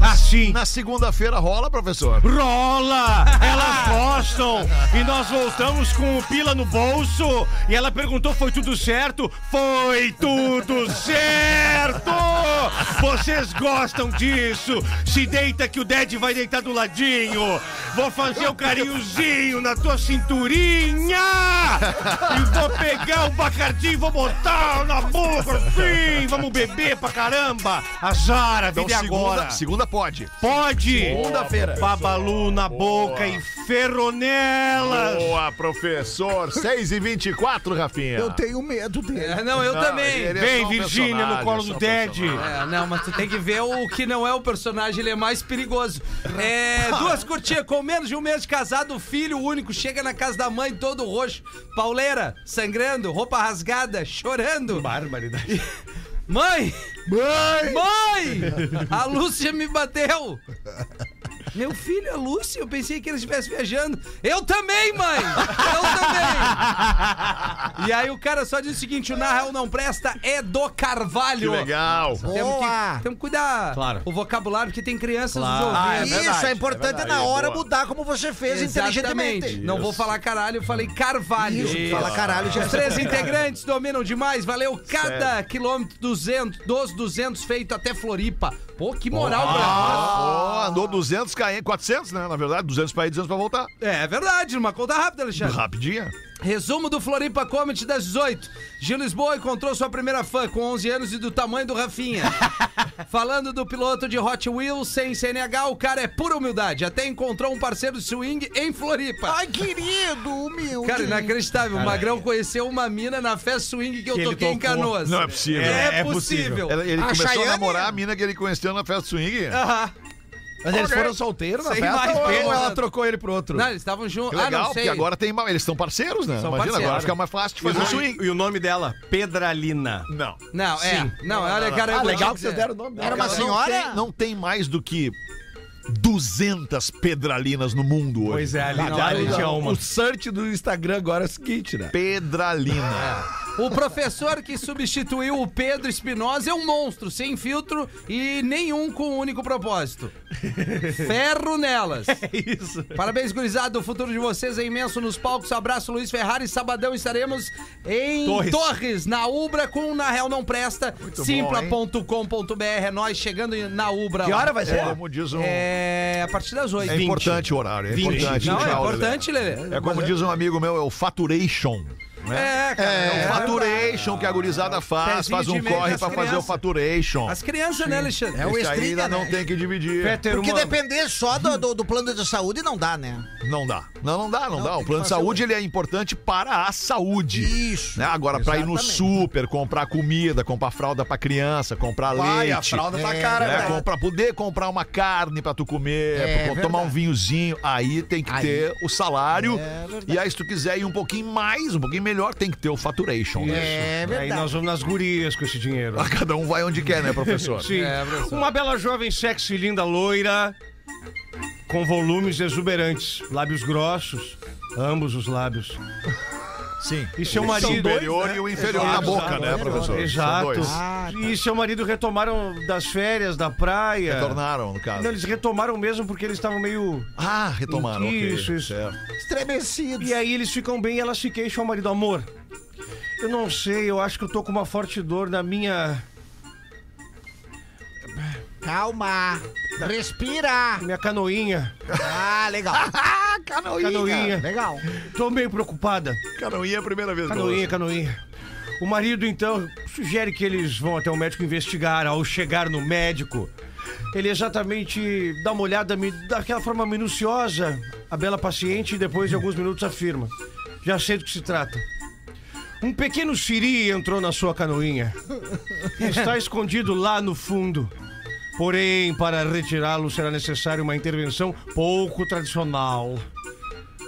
S7: Assim.
S4: na segunda-feira rola, professor?
S7: Rola! Elas gostam! E nós voltamos com o Pila no bolso! E ela perguntou: foi tudo certo? Foi tudo certo! Vocês gostam disso? Se deita que o Ded vai deitar do ladinho! Vou fazer o carinhozinho na tua cinturinha! E vou pegar o bacardi e vou botar na boca assim! Vamos beber pra caramba! A Zara,
S4: Então,
S7: vida é agora!
S4: segunda, segunda pode.
S7: Pode!
S6: Segunda-feira.
S7: Babalu na boca e ferronelas!
S4: Boa, professor. 6 e 24 Rafinha.
S8: Eu tenho medo dele.
S5: É, não, eu
S4: Não,
S5: também.
S4: ele é
S7: Vem,
S4: só um
S7: Virgínia,
S4: personagem,
S7: no colo
S4: é só
S7: do
S4: um
S7: Ted.
S4: personagem.
S5: É, não, mas tu tem que ver o que não é o personagem, ele é mais perigoso. É, duas curtinhas, com menos de um mês de casado, filho único chega na casa da mãe todo roxo, pauleira, sangrando, roupa rasgada, chorando.
S7: Barbaridade.
S5: Mãe! Mãe! Mãe! A Lúcia me bateu! Meu filho, a Lúcia, eu pensei que ele estivesse viajando. Eu também, mãe! Eu também! E aí o cara só diz o seguinte: o Na Real Não Presta é do
S4: Que
S5: Carvalho.
S4: legal.
S5: Temos
S8: Boa.
S5: que, temos que cuidar
S7: Claro.
S5: o vocabulário, porque tem crianças nos
S7: Claro.
S5: ouvindo.
S7: Ah, é
S8: Isso, é importante na hora
S4: boa.
S8: mudar como você fez
S5: Exatamente.
S8: inteligentemente.
S5: Não vou falar caralho, eu falei carvalho.
S8: Isso, fala caralho, já é
S5: Os três integrantes dominam demais, valeu cada quilômetro 200, dos 200 feito até Floripa. Pô, que moral pra nós.
S4: Ah, andou 200 km, 400, né? Na verdade, 200 pra ir, 200 pra voltar.
S5: É verdade, uma conta rápida, Alexandre.
S4: Rapidinha.
S5: Resumo do Floripa Comedy das 18. Gil Lisboa encontrou sua primeira fã com 11 anos e do tamanho do Rafinha. Falando do piloto de Hot Wheels sem CNH, o cara é pura humildade. Até encontrou um parceiro de swing em Floripa.
S8: Ai, querido, humilde.
S5: Cara, inacreditável. O Magrão conheceu uma mina na festa swing que eu
S7: Que ele
S5: toquei em
S7: tocou.
S5: Canoas.
S4: Não é possível.
S5: É,
S7: É
S5: possível.
S4: Ela- Ele
S8: A
S4: começou
S8: Chayane-
S4: a Ah, namorar a mina que ele conheceu na festa swing.
S5: Aham.
S6: Mas eles foram solteiros na
S5: Sem
S6: festa
S5: mais
S6: ou
S5: peso.
S6: ela trocou ele pro outro?
S5: Não, eles estavam juntos.
S4: Que
S5: Ah,
S4: legal,
S5: não sei.
S4: porque agora tem mal. Eles são parceiros, né? Imagina,
S5: parceiros.
S4: agora fica mais fácil de fazer o swing.
S7: E o nome dela? Pedralina.
S4: Não.
S5: Não, é. Não, olha, cara, eu
S6: Ah,
S5: vou te
S6: legal que
S5: dizer.
S6: vocês deram o nome dela.
S8: Era uma
S4: Não
S8: senhora?
S4: tem- Não tem mais do que 200 pedralinas no mundo hoje.
S7: Pois é, ali ali tinha uma.
S6: O search do Instagram agora é o seguinte, né?
S4: Pedralina.
S5: O professor que substituiu o Pedro Espinosa é um monstro, sem filtro e nenhum com um único propósito. Ferro nelas.
S4: É
S7: Isso.
S5: Parabéns, gurizada. O futuro de vocês é imenso nos palcos. Abraço, Luiz Ferrari. Sabadão estaremos em Torres,
S7: Torres.
S5: na Ubra, com o Na Real Não Presta. Simpla.com.br. É nós chegando em- na Ubra.
S6: Que
S5: lá.
S6: hora vai ser?
S4: Como diz um. É,
S5: É, a partir das oito.
S4: importante o né? horário. É
S7: 20.
S4: importante.
S5: Não, é
S4: tchau, Lelê.
S5: importante, Lelê.
S4: É como diz um amigo meu, é o faturation.
S5: É, cara.
S4: É, o faturation que a gurizada faz,
S5: Pezinho
S4: faz
S5: de
S4: um
S5: meio
S4: corre
S5: das
S4: pra fazer o
S5: crianças.
S4: faturation.
S5: As crianças, né, Alexandre?
S8: É o
S4: Esse aí
S8: estrinha,
S4: ainda não
S8: né?
S4: tem que dividir.
S7: Peter,
S8: Porque
S7: uma-
S8: depender só do, do, do plano de saúde não dá, né?
S4: Não dá. Não, não dá, não, dá.
S8: tem
S4: O
S8: que
S4: plano de
S8: fazer
S4: saúde ele é importante para a saúde.
S8: Isso,
S4: Né? Agora, para ir no super, comprar comida, comprar fralda pra criança, comprar
S2: Vai,
S4: leite.
S2: a fralda tá
S8: É,
S2: cara,
S4: né?
S2: né?
S4: Comprar- poder comprar uma carne pra tu comer,
S8: É,
S4: pra tu tomar
S8: verdade.
S4: um vinhozinho, aí tem que ter o salário.
S8: É verdade.
S4: e aí, se tu quiser ir um pouquinho mais, um pouquinho melhor, tem que ter o faturation. né?
S8: É
S7: Aí
S8: verdade.
S7: nós vamos nas gurias com esse dinheiro.
S4: Cada um vai onde quer, né, professor?
S7: Sim.
S5: É, professor.
S7: uma bela jovem sexy linda loira com volumes exuberantes, lábios grossos, ambos os lábios.
S4: Sim.
S7: E seu
S4: O
S7: marido-
S4: superior e o inferior na
S7: né? Exato,
S4: boca, né,
S8: exato.
S4: professor? São
S7: Exato.
S4: dois.
S8: Ah,
S7: E seu marido retomaram das férias da praia.
S4: Retornaram, no caso.
S7: Não, eles retomaram mesmo porque eles estavam meio
S4: Ah, retomaram. ok,
S7: Isso, isso.
S4: certo.
S8: Estremecido.
S7: E aí eles ficam bem e ela se queixa ao marido, amor. Eu não sei, eu acho que eu tô com uma forte dor na minha.
S8: Calma. Respira.
S7: minha canoinha.
S8: Ah, legal.
S7: Canoinha.
S4: Né?
S8: Legal.
S7: Tô meio preocupada.
S4: Canoinha é a primeira vez que eu
S7: Canoinha, canoinha. O marido, então, sugere que eles vão até o médico investigar. Ao chegar no médico, ele exatamente dá uma olhada me- daquela forma minuciosa. A bela paciente, e depois de alguns minutos, afirma: Já sei do que se trata. Um pequeno siri entrou na sua canoinha. Está escondido lá no fundo. Porém, para retirá-lo será necessária uma intervenção pouco tradicional.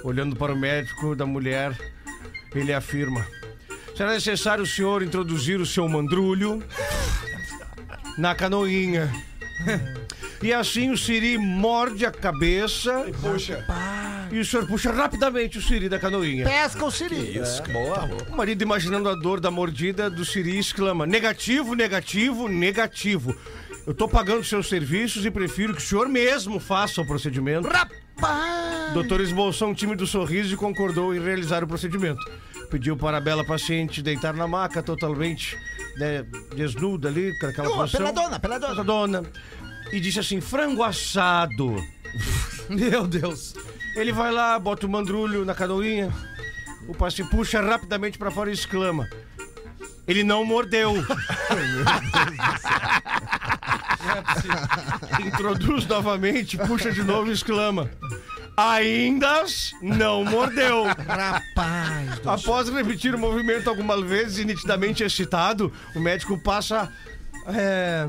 S7: Olhando para o médico da mulher, ele afirma: será necessário o senhor introduzir o seu mandrulho na canoinha. E assim o Siri morde a cabeça. E puxa. E o senhor puxa rapidamente o Siri da canoinha.
S8: Pesca o siri.
S5: É.
S7: O marido, imaginando a dor da mordida do Siri, exclama: negativo, negativo, negativo. Eu tô pagando seus serviços e prefiro que o senhor mesmo faça o procedimento. O doutor esboçou um tímido sorriso e concordou em realizar o procedimento. Pediu para a bela paciente deitar na maca totalmente né, desnuda ali, com aquela
S8: Pela
S7: posição.
S8: peladona, peladona.
S7: Peladona. E disse assim, frango assado.
S5: Meu Deus.
S7: Ele vai lá, bota o mandrulho na canoinha, o passe puxa rapidamente pra fora e exclama. Ele não mordeu. Introduz novamente, puxa de novo e exclama. Ainda não mordeu.
S8: Rapaz. do-
S7: Após repetir o movimento algumas vezes e nitidamente excitado, o médico passa é,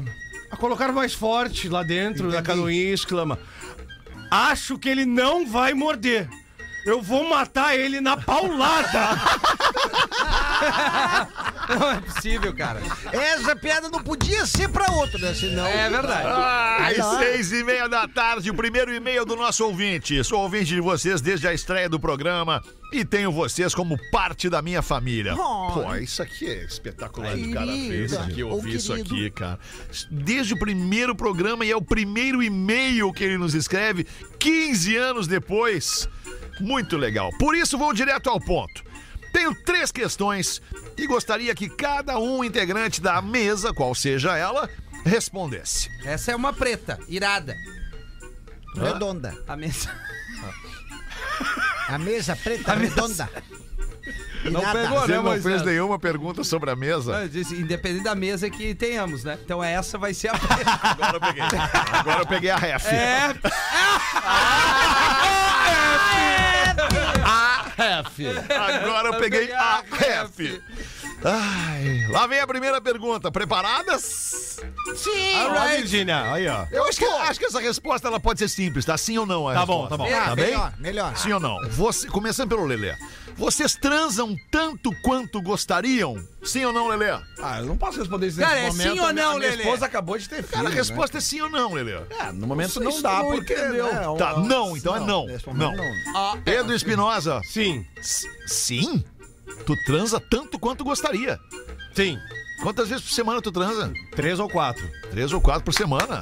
S7: a colocar mais forte lá dentro da canoinha e exclama: Acho que ele não vai morder. Eu vou matar ele na paulada.
S5: Não é possível, cara.
S8: Essa piada não podia ser pra outro, né? Senão...
S5: É verdade.
S4: Às seis e meia da tarde, o primeiro e-mail do nosso ouvinte. Sou ouvinte de vocês desde a estreia do programa e tenho vocês como parte da minha família.
S8: Oh.
S4: Pô, isso aqui é espetacular de cara
S8: Querida.
S4: fez aqui, eu
S8: Ô,
S4: ouvi isso
S8: querido.
S4: aqui, cara. Desde o primeiro programa e é o primeiro e-mail que ele nos escreve, 15 anos depois. Muito legal. Por isso vou direto ao ponto. Tenho três questões e gostaria que cada um integrante da mesa, qual seja ela, respondesse.
S5: Essa é uma preta, irada.
S8: Redonda.
S5: A mesa.
S8: A mesa preta, redonda. E
S5: Não
S8: nada.
S5: pegou,
S4: Você
S5: né,
S4: não fez
S5: Moisés?
S4: nenhuma pergunta sobre a
S5: Não,
S4: mesa?
S5: eu disse, independente da mesa que tenhamos, né? Então essa vai ser a preta.
S4: Agora eu peguei. Agora eu peguei a ref.
S5: É.
S4: Agora eu peguei a ref. Ai, lá vem a primeira pergunta. Preparadas?
S8: Sim.
S7: Olha, Virginia, aí ó.
S4: Eu acho que, acho que essa resposta ela pode ser simples, tá? Sim ou não? a
S7: Tá bom,
S4: resposta.
S7: tá bom.
S8: É,
S4: Tá bem?
S8: melhor, melhor.
S4: Sim ou não? Você, começando pelo Lelê. Vocês transam tanto quanto gostariam? Sim ou não, Lelê?
S6: Ah, eu não posso responder isso
S5: Cara,
S6: nesse
S5: é
S6: momento.
S5: sim ou
S6: a minha-
S5: não,
S6: a minha
S5: Lelê?
S6: esposa acabou de ter filho,
S4: Cara, a
S6: né?
S4: resposta é sim ou não, Lelê.
S6: Ah, no momento
S2: Vocês
S6: não dá,
S2: não
S6: porque...
S2: entendeu.
S6: né, um-
S4: Tá, não, então é não.
S6: nesse momento
S4: Não.
S5: Ah,
S4: Pedro Espinosa.
S7: Sim,
S4: S- Sim? Tu transa tanto quanto gostaria.
S7: sim.
S4: Quantas vezes por semana tu transa?
S7: Três ou quatro.
S4: Três ou quatro por semana.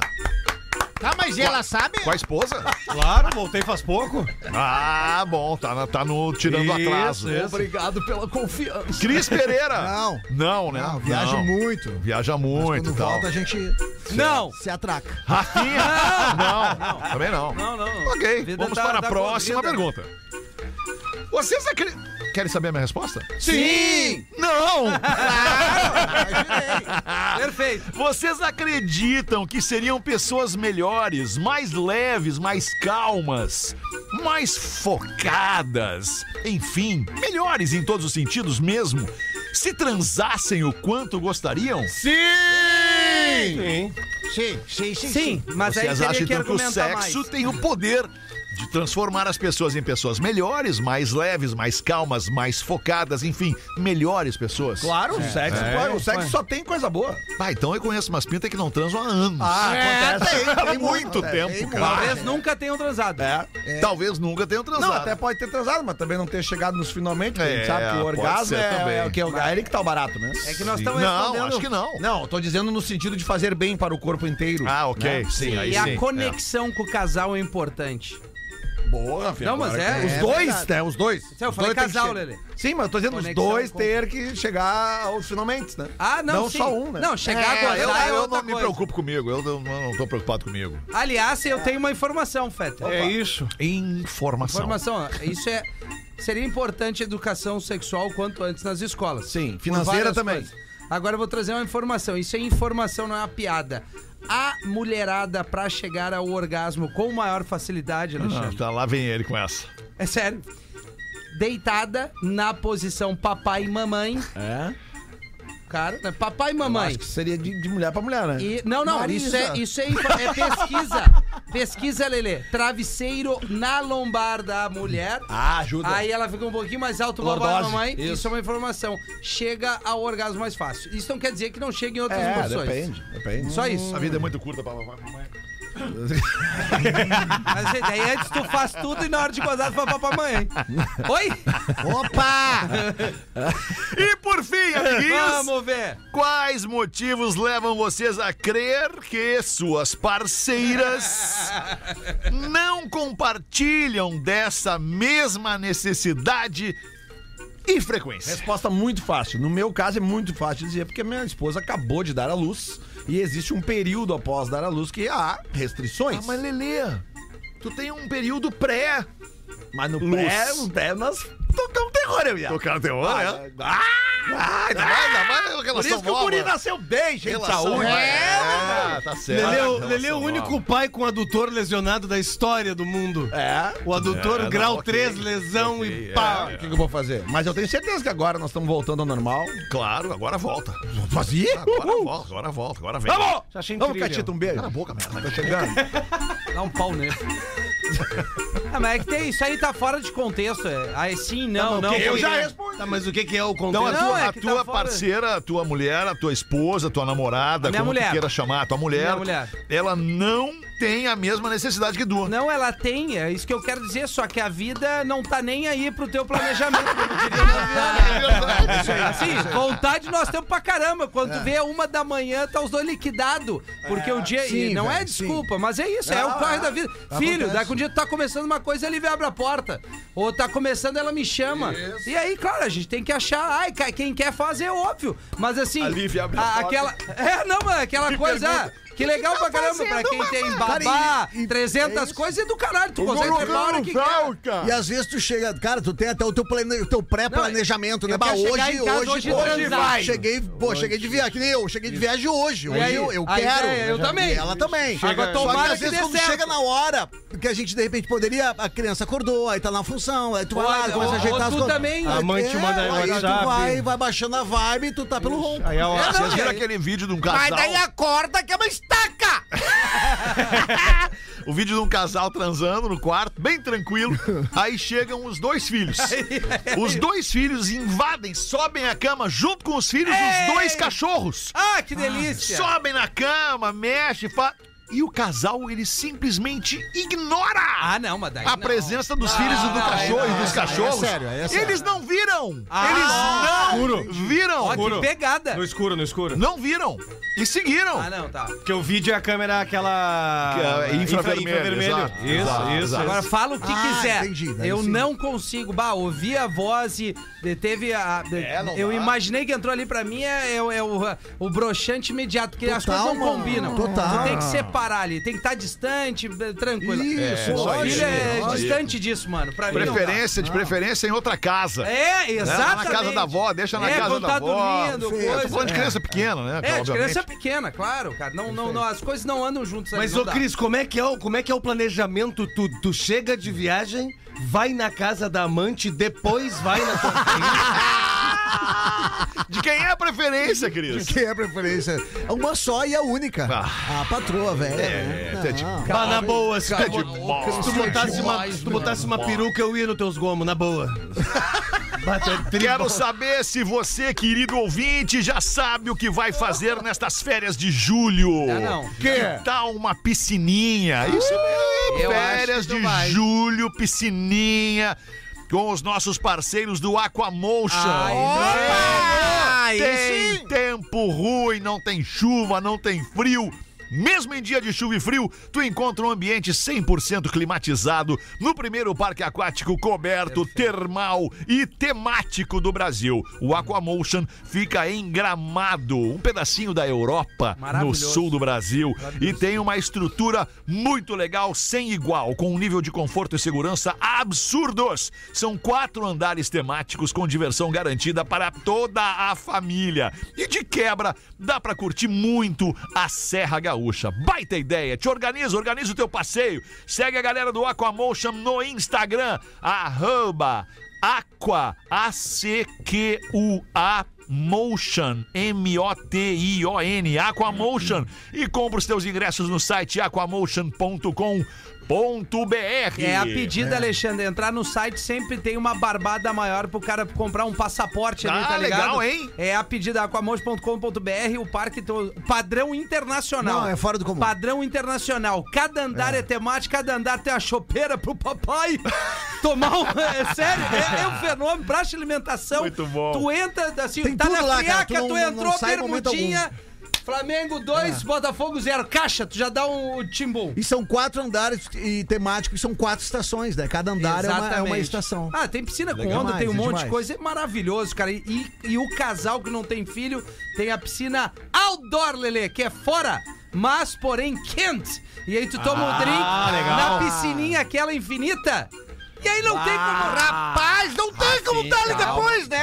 S8: Tá, mas ela sabe?
S4: Com a esposa?
S7: Claro, voltei faz pouco.
S4: Ah, bom, tá, na- tá no tirando
S7: Isso,
S4: atraso.
S7: isso.
S2: Obrigado pela confiança.
S4: Cris Pereira.
S9: Não.
S4: Não, né?
S9: Não, viaja
S4: Não.
S9: muito.
S4: Viaja muito e
S9: Quando
S4: tal.
S9: volta, a gente
S5: Não!
S9: se atraca.
S4: Rafinha? não, também não.
S5: Não, não.
S4: Ok,
S5: Vida
S4: vamos
S5: tá-
S4: para a
S5: tá
S4: próxima
S5: corrida.
S4: pergunta. Vocês acreditam. Querem saber a minha resposta?
S5: Sim!
S4: Não!
S5: Perfeito.
S4: Vocês acreditam que seriam pessoas melhores, mais leves, mais calmas, mais focadas, enfim, melhores em todos os sentidos mesmo, se transassem o quanto gostariam?
S7: Sim.
S8: Sim, sim, sim.
S5: Sim, mas aí
S4: Vocês
S5: teria
S4: acham
S5: que
S4: então que o
S5: argumentar
S4: sexo
S5: mais.
S4: tem o poder de transformar as pessoas em pessoas melhores, mais leves, mais calmas, mais focadas, enfim, melhores pessoas?
S6: Claro,
S5: é.
S6: o sexo, pô, o sexo só tem coisa boa.
S4: Ah, então eu conheço umas pintas que não transam há anos.
S6: Ah, acontece.
S4: Há muito tempo, cara.
S5: Talvez nunca tenham transado.
S6: É.
S4: Talvez nunca tenham transado.
S6: Não, até pode ter transado, mas também não ter chegado nos finalmente, porque a gente
S4: É,
S6: sabe que o
S4: pode
S6: orgasmo
S4: ser também.
S6: é, é o que é, o- é ele que tá o barato, né?
S5: É que nós
S4: Sim.
S5: estamos
S4: Não, acho
S5: respondendo.
S4: que não.
S6: Não, eu tô dizendo no sentido de fazer bem para o corpo inteiro.
S4: Ah, ok. Sim, aí
S5: Né? E
S4: sim.
S5: a conexão com o casal é importante.
S6: boa, filho.
S5: Não, mas é.
S6: Os
S5: é
S6: dois,
S5: verdade.
S6: né? Os dois.
S5: Eu
S6: Os
S5: falei
S6: dois tem que
S5: casal,
S6: che-
S5: Lelê.
S6: Sim, mas eu tô dizendo os
S5: Conexão
S6: dois
S5: com-
S6: ter que chegar aos finalmente, né?
S5: Ah, não,
S6: Não
S5: sim.
S6: só um, né?
S5: Não, chegar
S4: É,
S5: a
S4: eu,
S5: gozar é
S4: eu não
S5: outra
S4: me
S5: coisa.
S4: preocupo comigo, eu não, não tô preocupado comigo.
S5: Aliás, eu tenho uma informação, Feta.
S7: É isso.
S4: Informação.
S5: Informação, ó, isso é. Seria importante a educação sexual quanto antes nas escolas.
S6: Sim,
S5: Por
S6: financeira
S5: várias
S6: também.
S5: coisas. Agora eu vou trazer uma informação. Isso é informação, não é uma piada. A mulherada pra chegar ao orgasmo com maior facilidade,
S4: Ah,
S5: Alexandre.
S4: tá, lá vem ele com essa.
S5: É sério. Deitada na posição papai e mamãe.
S6: É.
S5: Cara, né? papai e mamãe.
S6: Acho que seria de, de mulher pra mulher, né?
S5: E- não, não, isso é, isso é, info- é pesquisa. pesquisa, Lelê. Travesseiro na lombar da mulher.
S6: Ah, ajuda.
S5: Aí ela fica um pouquinho mais alto,
S6: Lordose.
S5: babá mamãe. Isso.
S6: Isso.
S5: é uma informação. Chega ao orgasmo mais fácil. Isso não quer dizer que não chegue em outras
S6: é,
S5: posições.
S6: depende, depende.
S5: Só isso.
S4: A vida é muito curta pra lavar.
S5: Mas gente, aí antes tu faz tudo e na hora de gozar tu fala pra mamãe. hein? Oi?
S8: Opa!
S4: E por fim, amiguinhos,
S5: Vamos ver.
S4: Quais motivos levam vocês a crer que suas parceiras não compartilham dessa mesma necessidade e frequência?
S6: Resposta muito fácil. No meu caso é muito fácil dizer, porque minha esposa acabou de dar à luz e existe um período após dar à luz que há restrições.
S4: Ah, mas Lelê, tu tem um período pré.
S6: Mas no pé, no pé nós tocamos um terror, eu ia.
S4: Tocar até hora, né?
S6: Ah, ah,
S4: Ainda mais, ainda mais relação
S6: por isso que o
S4: nova.
S6: guri nasceu bem, gente.
S4: Relação
S6: saúde.
S4: nova. É, tá certo.
S7: Lele é o-
S4: Relação
S7: Lele é o
S4: nova.
S7: único pai com adutor lesionado da história do mundo.
S6: É.
S7: O adutor,
S4: É, não,
S7: grau
S4: ok.
S7: 3, lesão
S4: Ok, é.
S7: e pá.
S6: O que, que eu vou fazer? Mas eu tenho certeza que agora nós estamos voltando ao normal.
S4: Claro, agora volta.
S6: Fazia?
S4: Agora volta, agora volta, agora vem.
S6: Vamos!
S7: Já achei
S6: Vamos,
S7: incrível.
S6: Catita, um beijo.
S4: Cala a boca, merda. tá
S6: Tô chegando.
S5: Dá um pau nele. Ah, mas é que tem, isso aí tá fora de contexto. É. Aí sim,
S6: Tá
S5: não, não.
S7: eu
S5: foi-
S7: já respondi. Tá, mas o que, que é o
S4: Então
S7: contexto?
S4: a
S5: Não,
S4: tua,
S5: é
S4: a
S5: que
S4: tua
S5: tá fora.
S4: parceira, a tua mulher, a tua esposa, a tua namorada,
S5: A minha
S4: como
S5: mulher.
S4: tu queira chamar, a tua mulher,
S5: Minha mulher.
S4: ela não tem a mesma necessidade que tu.
S5: Não, ela tem, é isso que eu quero dizer, só que a vida não tá nem aí pro teu planejamento. como diria meu
S4: É
S5: pai. assim, vontade nós temos pra caramba. Quando tu vê uma da manhã, tá os dois liquidados. Porque o dia.
S9: sim,
S5: e não é
S9: velho,
S5: desculpa, mas é isso, é o corre da vida. Filho, daqui um dia tu tá começando uma coisa, ele me abre a porta. Ou tá começando, ela me chama. E aí, claro, a gente tem que achar. Ai, ca- quem quer fazer, é óbvio. Mas assim.
S4: Lívia abre a
S5: a-
S4: porta.
S5: aquela. É, não, mas aquela coisa. ah, que legal pra caramba, pra quem tem babá, 300 coisas e do caralho. Tu consegue ter uma hora que
S7: é?
S5: quer.
S9: cara.
S8: E às vezes tu chega. Cara, tu tem até o teu, plane... o teu pré-planejamento,
S5: Não,
S8: né?
S5: eu
S8: Bah,
S5: quero
S8: hoje,
S5: chegar em casa,
S8: hoje,
S5: hoje
S8: pô,
S5: transar.
S8: vai. Cheguei, pô, cheguei de viagem. Que nem eu, cheguei de viagem hoje. Hoje
S5: aí?
S8: eu, eu
S5: A
S8: quero.
S5: ideia, eu
S8: E
S5: também.
S8: Ela também.
S5: Agora,
S8: Só que
S5: tomara
S8: às
S5: que
S8: vezes
S5: dê
S8: quando
S5: certo.
S8: chega na hora, que a gente de repente poderia, a criança acordou, aí tá na função, aí tu vai lá,
S5: Olha,
S8: começa a
S5: ou-
S8: ajeitar
S5: ou
S8: as
S5: tu
S8: coisas.
S5: também.
S7: A mãe te
S9: É,
S7: manda
S8: É, aí
S7: WhatsApp.
S8: tu vai, vai baixando a vibe e tu tá pelo ronco.
S7: Aí é o
S5: É, não,
S4: Vocês viram
S5: é-
S4: aquele vídeo de um casal?
S8: acorda que é uma estaca!
S4: O vídeo de um casal transando no quarto, bem tranquilo. Aí chegam os dois filhos. Os dois filhos invadem, sobem a cama junto com os filhos, os dois cachorros.
S5: Ah, que delícia!
S4: Sobem na cama, mexe, fa... E o casal, ele simplesmente ignora.
S5: Ah, não, mas daí.
S4: a
S5: não.
S4: presença dos filhos e do
S5: não,
S4: cachorro
S5: aí
S4: e
S5: não,
S4: dos
S5: aí
S4: cachorros.
S8: é sério, aí é sério.
S4: Eles não viram!
S5: Ah,
S4: eles não viram!
S5: Ó, que
S7: Escuro.
S5: pegada!
S7: No escuro, no escuro.
S4: Não viram! E seguiram!
S5: Ah, não, tá.
S7: Porque o vídeo é a câmera aquela.
S4: Que é infravermelho, exato,
S7: Isso,
S4: exato,
S7: isso.
S4: exato.
S5: Agora fala o que
S8: Ah,
S5: quiser.
S8: entendi, daí
S5: eu
S8: sim.
S5: não consigo. Bah, ouvi a voz e de- teve a. de-
S4: É,
S5: eu imaginei que entrou ali pra mim é, é o- é o, o broxante imediato, que as
S8: Total,
S5: coisas não
S8: mano.
S5: combinam.
S8: Total.
S5: Tu tem que parar ali. Tem que estar distante, eh, tranquilo.
S4: Isso,
S5: Pô,
S4: lógico,
S5: filho é
S4: lógico.
S5: distante disso, mano. Pra mim não dá.
S4: Preferência, de preferência em outra casa.
S5: É, exatamente.
S4: tá Na casa da avó, deixa na
S5: é,
S4: casa
S5: quando
S4: da
S5: tá
S4: avó.
S5: dormindo,
S4: Eu tô
S5: coisa.
S4: falando de criança pequena, né?
S5: É, a
S4: obviamente.
S5: diferença é pequena, claro, cara. Não, não, não, as coisas não andam juntas.
S7: Mas,
S5: ali,
S7: ô
S5: não dá.
S7: Cris, como é, que é o, como é que é o planejamento? Tu, tu chega de viagem, vai na casa da amante, depois vai na tua
S4: De quem é a preferência, Cris?
S9: Que é a preferência? É Uma só e a única.
S4: Ah.
S9: A patroa, velho.
S5: né?
S4: É, é tipo-
S7: Bah, na boa, se
S4: cara,
S7: tu,
S4: de boa.
S7: se tu botasse uma, se tu botasse uma peruca, eu ia no teus gomos, na boa. Bata
S4: Quero saber se você, querido ouvinte, já sabe o que vai fazer nestas férias de julho.
S5: Ah, não.
S4: Que tal uma piscininha? Isso mesmo.
S5: eu
S4: Férias
S5: acho que tu
S4: de
S5: vai.
S4: julho, piscininha. Com os nossos parceiros do Aquamotion.
S5: Ai,
S4: Opa! Tem tempo ruim, não tem chuva, não tem frio. Mesmo em dia de chuva e frio, tu encontra um ambiente 100% climatizado no primeiro parque aquático coberto, termal e temático do Brasil. O Aquamotion fica em Gramado, um pedacinho da Europa, no
S5: Maravilhoso.
S4: sul do Brasil. E tem uma estrutura muito legal, sem igual, com um nível de conforto e segurança absurdos. São quatro andares temáticos com diversão garantida para toda a família. E de quebra, dá para curtir muito a Serra Gaúcha. Baita ideia! Te organiza, organiza o teu passeio. Segue a galera do Aquamotion no Instagram, arroba Aqua, A-C-Q-U-A Motion, M-O-T-I-O-N, Aquamotion. E compra os teus ingressos no site aquamotion.com.br.
S5: É a pedida, Alexandre. Entrar no site sempre tem uma barbada maior pro cara comprar um passaporte ali,
S4: Ah,
S5: tá ligado?
S4: legal, hein?
S5: É a pedida aquamonte.com.br, o parque to- padrão internacional.
S9: Não, é fora do comum.
S5: Padrão internacional. Cada andar é, temático, cada andar tem uma chopeira pro papai tomar um. É sério, é, é um fenômeno. Praça de alimentação.
S4: Muito bom.
S5: Tu entra, assim,
S9: Tem
S5: tá
S9: tudo
S5: na
S9: lá, cara,
S5: friaca,
S9: tu
S5: tu,
S9: não- não
S5: entrou,
S9: sai em momento É.
S5: bermudinha. Flamengo 2, Botafogo 0. Caixa, tu já dá um timbom.
S9: E são quatro andares e temáticos, e são quatro estações, né? Cada andar é uma, é uma
S5: Exatamente.
S9: estação.
S5: Ah, tem piscina com
S9: Legal.
S5: onda, tem um
S9: Demais, é
S5: monte de
S9: demais.
S5: coisa. É maravilhoso, cara. E, e- e o casal que não tem filho tem a piscina outdoor, Lele, que é fora, mas porém quente. E aí tu toma
S9: Ah,
S5: um drink na piscininha aquela infinita. E aí não tem
S9: Ah,
S5: como.
S8: Rapaz, não tem como dar ali depois, né?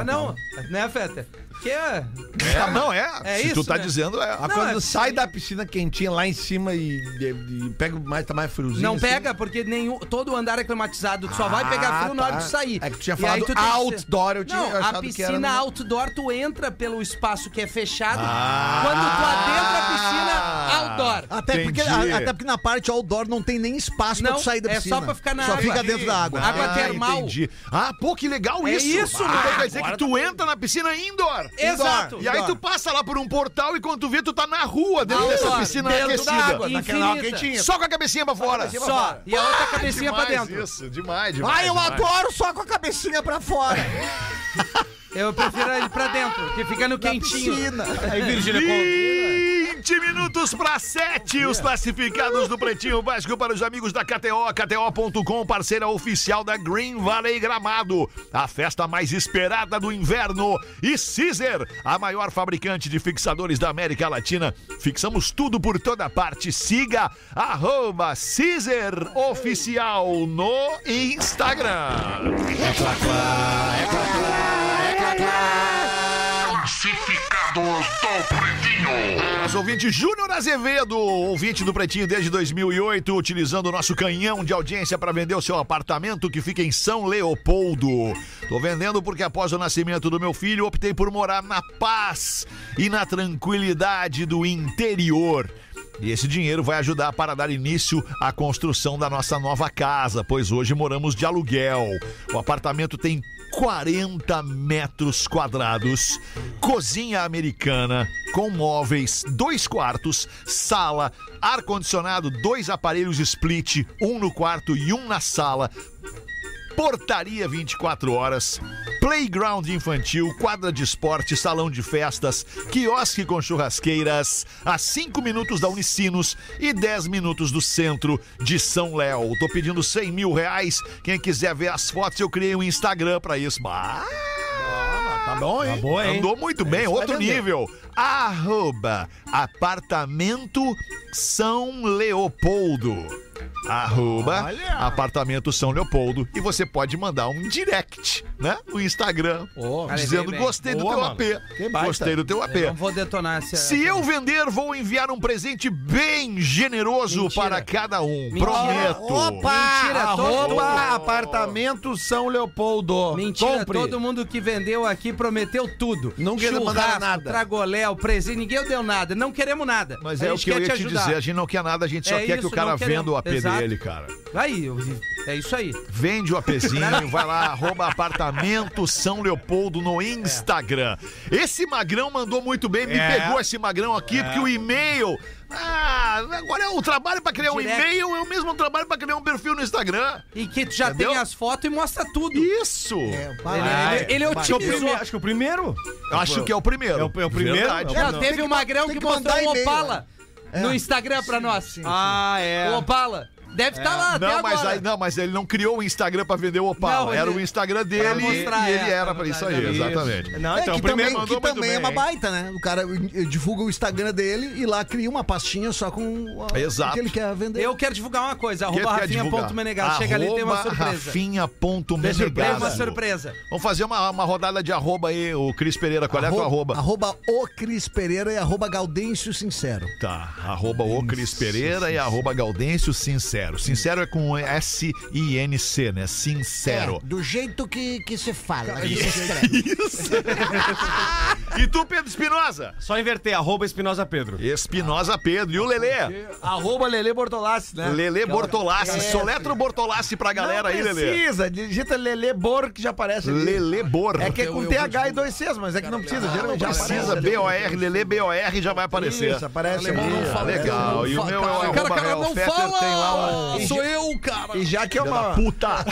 S5: É, não, né, Feta? Que é.
S4: É, não é?
S5: É
S4: Se tu
S5: isso,
S4: tá
S5: né?
S4: dizendo, é.
S6: Ah,
S5: Não,
S6: quando
S5: é-
S6: sai da piscina quentinha lá em cima e, e- e pega mais, tá mais friozinho.
S5: Não
S6: assim.
S5: pega, porque nenhum, todo andar é climatizado. Tu só vai pegar frio na hora de
S6: tá.
S5: sair.
S6: É que tu tinha
S5: E
S6: falado
S5: aí tem que ser-
S6: outdoor, eu tinha
S5: Não,
S6: achado
S5: a
S6: que
S5: piscina
S6: era no-
S5: outdoor, tu entra pelo espaço que é fechado. Quando tu adentra a piscina outdoor.
S8: Ah.
S9: Até porque,
S4: Entendi.
S9: a- até porque na parte outdoor não tem nem espaço pra
S5: Não,
S9: tu sair da
S5: é
S9: piscina.
S5: só pra ficar na
S9: Só
S5: água.
S9: fica dentro da água.
S5: Água
S4: Ah,
S5: termal.
S4: Entendi. Ah, pô, que legal
S5: É
S4: isso.
S5: isso, É
S4: ah,
S5: mano.
S4: então quer dizer que tu entra na piscina indoor.
S5: Exato.
S4: E aí tu passa lá por um portal e quando tu vê, tu tá na rua dentro dessa
S5: Outdoor,
S4: piscina é
S5: dentro da água,
S4: aquecida.
S5: naquela quentinha.
S4: Só com a cabecinha pra fora.
S5: Só. E a outra cabecinha pra
S4: Demais
S5: dentro.
S4: Isso, demais, demais.
S9: Ai, Ah, eu
S4: demais.
S9: adoro só com a cabecinha pra fora.
S5: Eu prefiro ele pra dentro, que fica no quentinho.
S9: Piscina.
S7: é
S4: 20 minutos para 7, os classificados do Pretinho Básico para os amigos da KTO, KTO.com, parceira oficial da Green Valley Gramado, a festa mais esperada do inverno. E Caesar, a maior fabricante de fixadores da América Latina. Fixamos tudo por toda parte. Siga arroba Caesar Oficial no Instagram. Nosso ouvinte Júnior Azevedo, ouvinte do Pretinho desde 2008, utilizando o nosso canhão de audiência para vender o seu apartamento que fica em São Leopoldo. Tô vendendo porque após o nascimento do meu filho, optei por morar na paz e na tranquilidade do interior. E esse dinheiro vai ajudar para dar início à construção da nossa nova casa, pois hoje moramos de aluguel. O apartamento tem 40 metros quadrados, cozinha americana, com móveis, dois quartos, sala, ar-condicionado, dois aparelhos split, um no quarto e um na sala, Portaria 24 horas, playground infantil, quadra de esporte, salão de festas, quiosque com churrasqueiras, a 5 minutos da Unicinos e 10 minutos do centro de São Léo. Tô pedindo 100 mil reais. Quem quiser ver as fotos, eu criei um Instagram pra isso. Bah!
S6: Tá bom, hein?
S7: Boa, hein?
S4: Andou muito bem, outro nível. Arroba apartamento São Leopoldo. Arroba apartamento São Leopoldo. E você pode mandar um direct, né? No Instagram.
S5: cara,
S4: dizendo
S5: veio bem.
S4: gostei do
S6: Boa,
S4: teu
S6: mano.
S4: AP.
S6: Que baita.
S4: Gostei do teu AP.
S5: Não vou detonar essa.
S4: Se eu vender, vou enviar um presente bem generoso
S5: Mentira.
S4: para cada um.
S5: Mentira.
S4: Prometo.
S5: Mentira, todo
S6: Arroba apartamento São Leopoldo.
S5: Mentira,
S6: Compre.
S5: todo mundo que vendeu aqui prometeu tudo.
S6: Não quer
S5: Churrasco,
S6: mandar nada.
S5: Tragolé, o presente, ninguém deu nada. Não queremos nada.
S4: Mas
S5: A
S4: é o
S5: gente
S4: que eu
S5: quer
S4: ia te
S5: ajudar.
S4: dizer. A gente não quer nada, a gente só
S5: É
S4: quer que
S5: isso,
S4: o cara
S5: não queremos.
S4: venda o AP
S5: Exato.
S4: dele, cara.
S5: Aí, eu- é isso aí.
S4: Vende o APzinho, vai lá, arroba apartamento São Leopoldo no Instagram. Esse magrão mandou muito bem, me
S7: É.
S4: pegou esse magrão aqui, porque o e-mail. Ah, agora é o trabalho pra criar um
S5: Direct.
S4: e-mail, é o mesmo trabalho pra criar um perfil no Instagram.
S5: E que tu já
S4: Entendeu?
S5: tem as fotos e mostra tudo.
S4: Isso!
S5: É, Ele- ele- tipo ele
S7: acho, que é o prime-
S5: otimizou.
S7: acho que é o primeiro.
S4: Eu acho que é o primeiro.
S7: É o- é o primeiro?
S4: Verdade.
S5: Não,
S7: Não,
S5: teve um magrão que,
S9: tem que
S5: mostrou
S9: mandar
S5: um
S9: e-mail,
S5: Opala
S4: É.
S5: no Instagram pra nós.
S7: Ah, é.
S5: O Opala. Deve estar lá até
S4: É. Não,
S5: agora.
S4: mas aí- não, mas ele não criou o Instagram pra vender o Opala.
S5: Não,
S4: era
S5: ele-
S4: o Instagram dele
S5: mostrar,
S4: e ele
S5: é,
S4: era
S5: na
S4: pra isso aí,
S5: verdade, isso.
S4: exatamente.
S7: Não,
S9: É,
S7: então,
S9: que
S7: o primeiro
S9: também,
S7: mandou
S9: que
S7: muito
S9: também
S7: bem.
S9: é uma
S7: hein?
S9: baita, né? O cara eh, divulga o Instagram dele e lá cria uma pastinha só com a-
S4: Exato.
S9: o que ele quer vender.
S5: Eu quero divulgar uma coisa,
S4: Quem é
S5: arroba
S4: quer divulgar?
S5: rafinha.menegal. Chega ali, tem uma
S4: Arroba
S5: surpresa. Tem
S4: Rafinha.menegal.
S5: uma surpresa.
S4: Vamos fazer uma, uma rodada de arroba aí, o Cris Pereira. Qual é a tua arroba?
S9: Arroba o Cris Pereira e arroba Gaudêncio Sincero.
S4: Tá, arroba o Cris Pereira e arroba Gaudêncio Sincero. Sincero é com S-I-N-C, né?
S9: É,
S4: Sincero.
S8: do jeito que, que se fala, que se escreve.
S4: Isso. e tu, Pedro Espinosa?
S7: Só inverter, arroba Espinosa Pedro.
S4: Espinosa Pedro. E o Lelê?
S6: Arroba Lele Bortolassi, né?
S4: Lelê Bortolassi. Soletra o Bortolassi pra galera aí, Lelê.
S6: precisa, digita Lele Bor que já aparece ali.
S4: Lelê Bor.
S6: É que é
S2: Eu-
S6: com
S2: eu
S6: TH e dois Cs, mas é que não precisa, geralmente já
S4: Precisa
S6: aparece.
S4: B-O-R, Lelê B-O-R já vai aparecer.
S6: Isso, aparece
S2: Alemão não
S6: ali.
S4: Ah,
S2: fala.
S4: legal. E o meu é o
S5: Cara,
S4: arroba
S5: cara,
S4: Real
S5: não
S4: Fetter, tem lá um-
S5: fala!
S4: o...
S2: Sou eu, cara.
S6: E já que é
S4: Filha da
S6: uma...
S4: puta!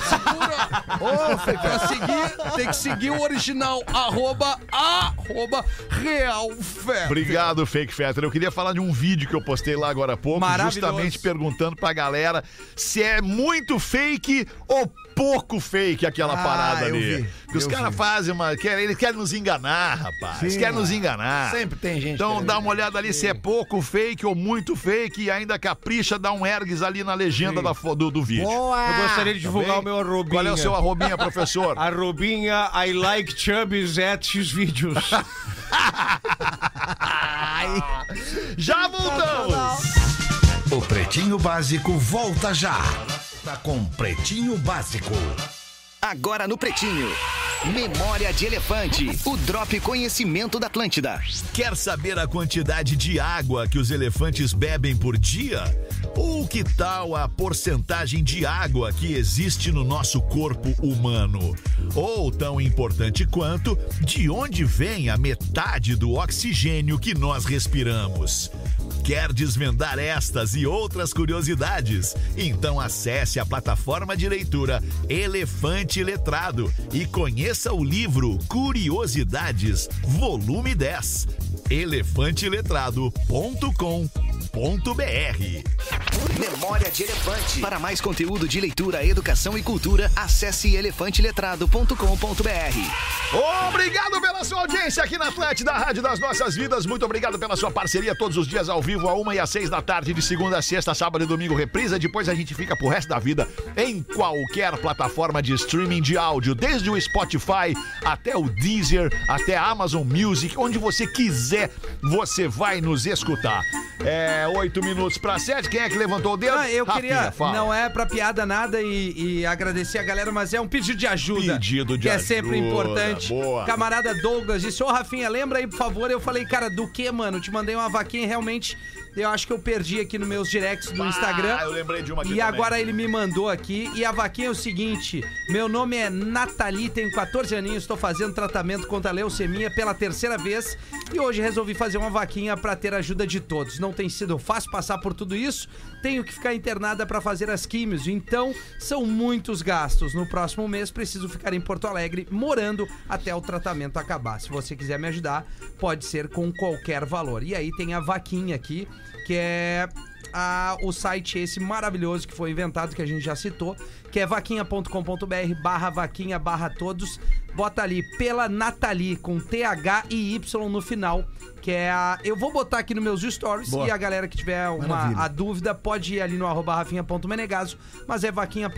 S6: Ô, Fê,
S2: Pra seguir, tem que seguir o original. Arroba, arroba, real fé.
S4: Obrigado, Fake Fetter. Eu queria falar de um vídeo que eu postei lá agora há pouco,
S5: Maravilhoso.
S4: justamente perguntando pra galera se é muito fake ou pouco fake aquela parada
S6: Ah, eu
S4: ali.
S6: vi,
S4: Que os caras fazem uma. Quer, eles querem nos enganar, rapaz. Eles querem nos enganar.
S6: Sempre tem gente
S4: Então
S6: querendo
S4: dá uma olhada ali se é pouco fake ou muito fake e ainda capricha, dá um ergues ali na legenda da fo- do, do vídeo.
S8: Boa!
S7: Eu gostaria de divulgar
S4: Bem?
S7: o meu arrobinha.
S4: Qual é o seu arrobinha, professor?
S7: Arrobinha I like chubbies at xvideos.
S4: Já voltamos!
S3: O Pretinho Básico volta já. Tá com Pretinho Básico.
S1: Agora no Pretinho. Memória de Elefante, o Drop Conhecimento da Atlântida.
S4: Quer saber a quantidade de água que os elefantes bebem por dia? Ou que tal a porcentagem de água que existe no nosso corpo humano? Ou, tão importante quanto, de onde vem a metade do oxigênio que nós respiramos? Quer desvendar estas e outras curiosidades? Então acesse a plataforma de leitura Elefante Letrado e conheça o livro Curiosidades, volume 10. elefanteletrado.com.br
S1: Memória de Elefante. Para mais conteúdo de leitura, educação e cultura, acesse elefanteletrado.com.br.
S4: Obrigado pela sua audiência aqui na Atlântida, da Rádio das Nossas Vidas. Muito obrigado pela sua parceria todos os dias ao vivo, a uma e às seis da tarde, de segunda a sexta, sábado e domingo, reprisa. Depois a gente fica pro resto da vida em qualquer plataforma de streaming de áudio, desde o Spotify até o Deezer, até a Amazon Music, onde você quiser, você vai nos escutar. É oito minutos pra sete. Quem é que levantou o dedo?
S5: Não, Ah, eu
S4: Rafinha,
S5: queria.
S4: fala.
S5: Não é pra piada nada e, e agradecer a galera, mas é um pedido de ajuda.
S4: Pedido de
S5: que
S4: ajuda,
S5: é sempre importante.
S4: boa.
S5: Camarada Douglas disse: Ô Rafinha, lembra aí, por favor? Eu falei, cara, do que, mano? Te mandei uma vaquinha e realmente. Eu acho que eu perdi aqui nos meus directs do
S4: Ah,
S5: Instagram.
S4: eu lembrei de uma aqui
S5: E
S4: também.
S5: agora ele me mandou aqui. E a vaquinha é o seguinte: meu nome é Nathalie, tenho 14 aninhos, estou fazendo tratamento contra a leucemia pela terceira vez. E hoje resolvi fazer uma vaquinha para ter a ajuda de todos. Não tem sido fácil passar por tudo isso. Tenho que ficar internada para fazer as químios. Então, são muitos gastos. No próximo mês, preciso ficar em Porto Alegre, morando até o tratamento acabar. Se você quiser me ajudar, pode ser com qualquer valor. E aí tem a vaquinha aqui, que é a, o site esse maravilhoso que foi inventado, que a gente já citou, que é vaquinha.com.br barra vaquinha barra todos. Bota ali, pela Nathalie, com TH e Y no final, que é a... Eu vou botar aqui nos meus stories e a galera que tiver uma, a dúvida pode ir ali no arroba rafinha.menegaso, mas é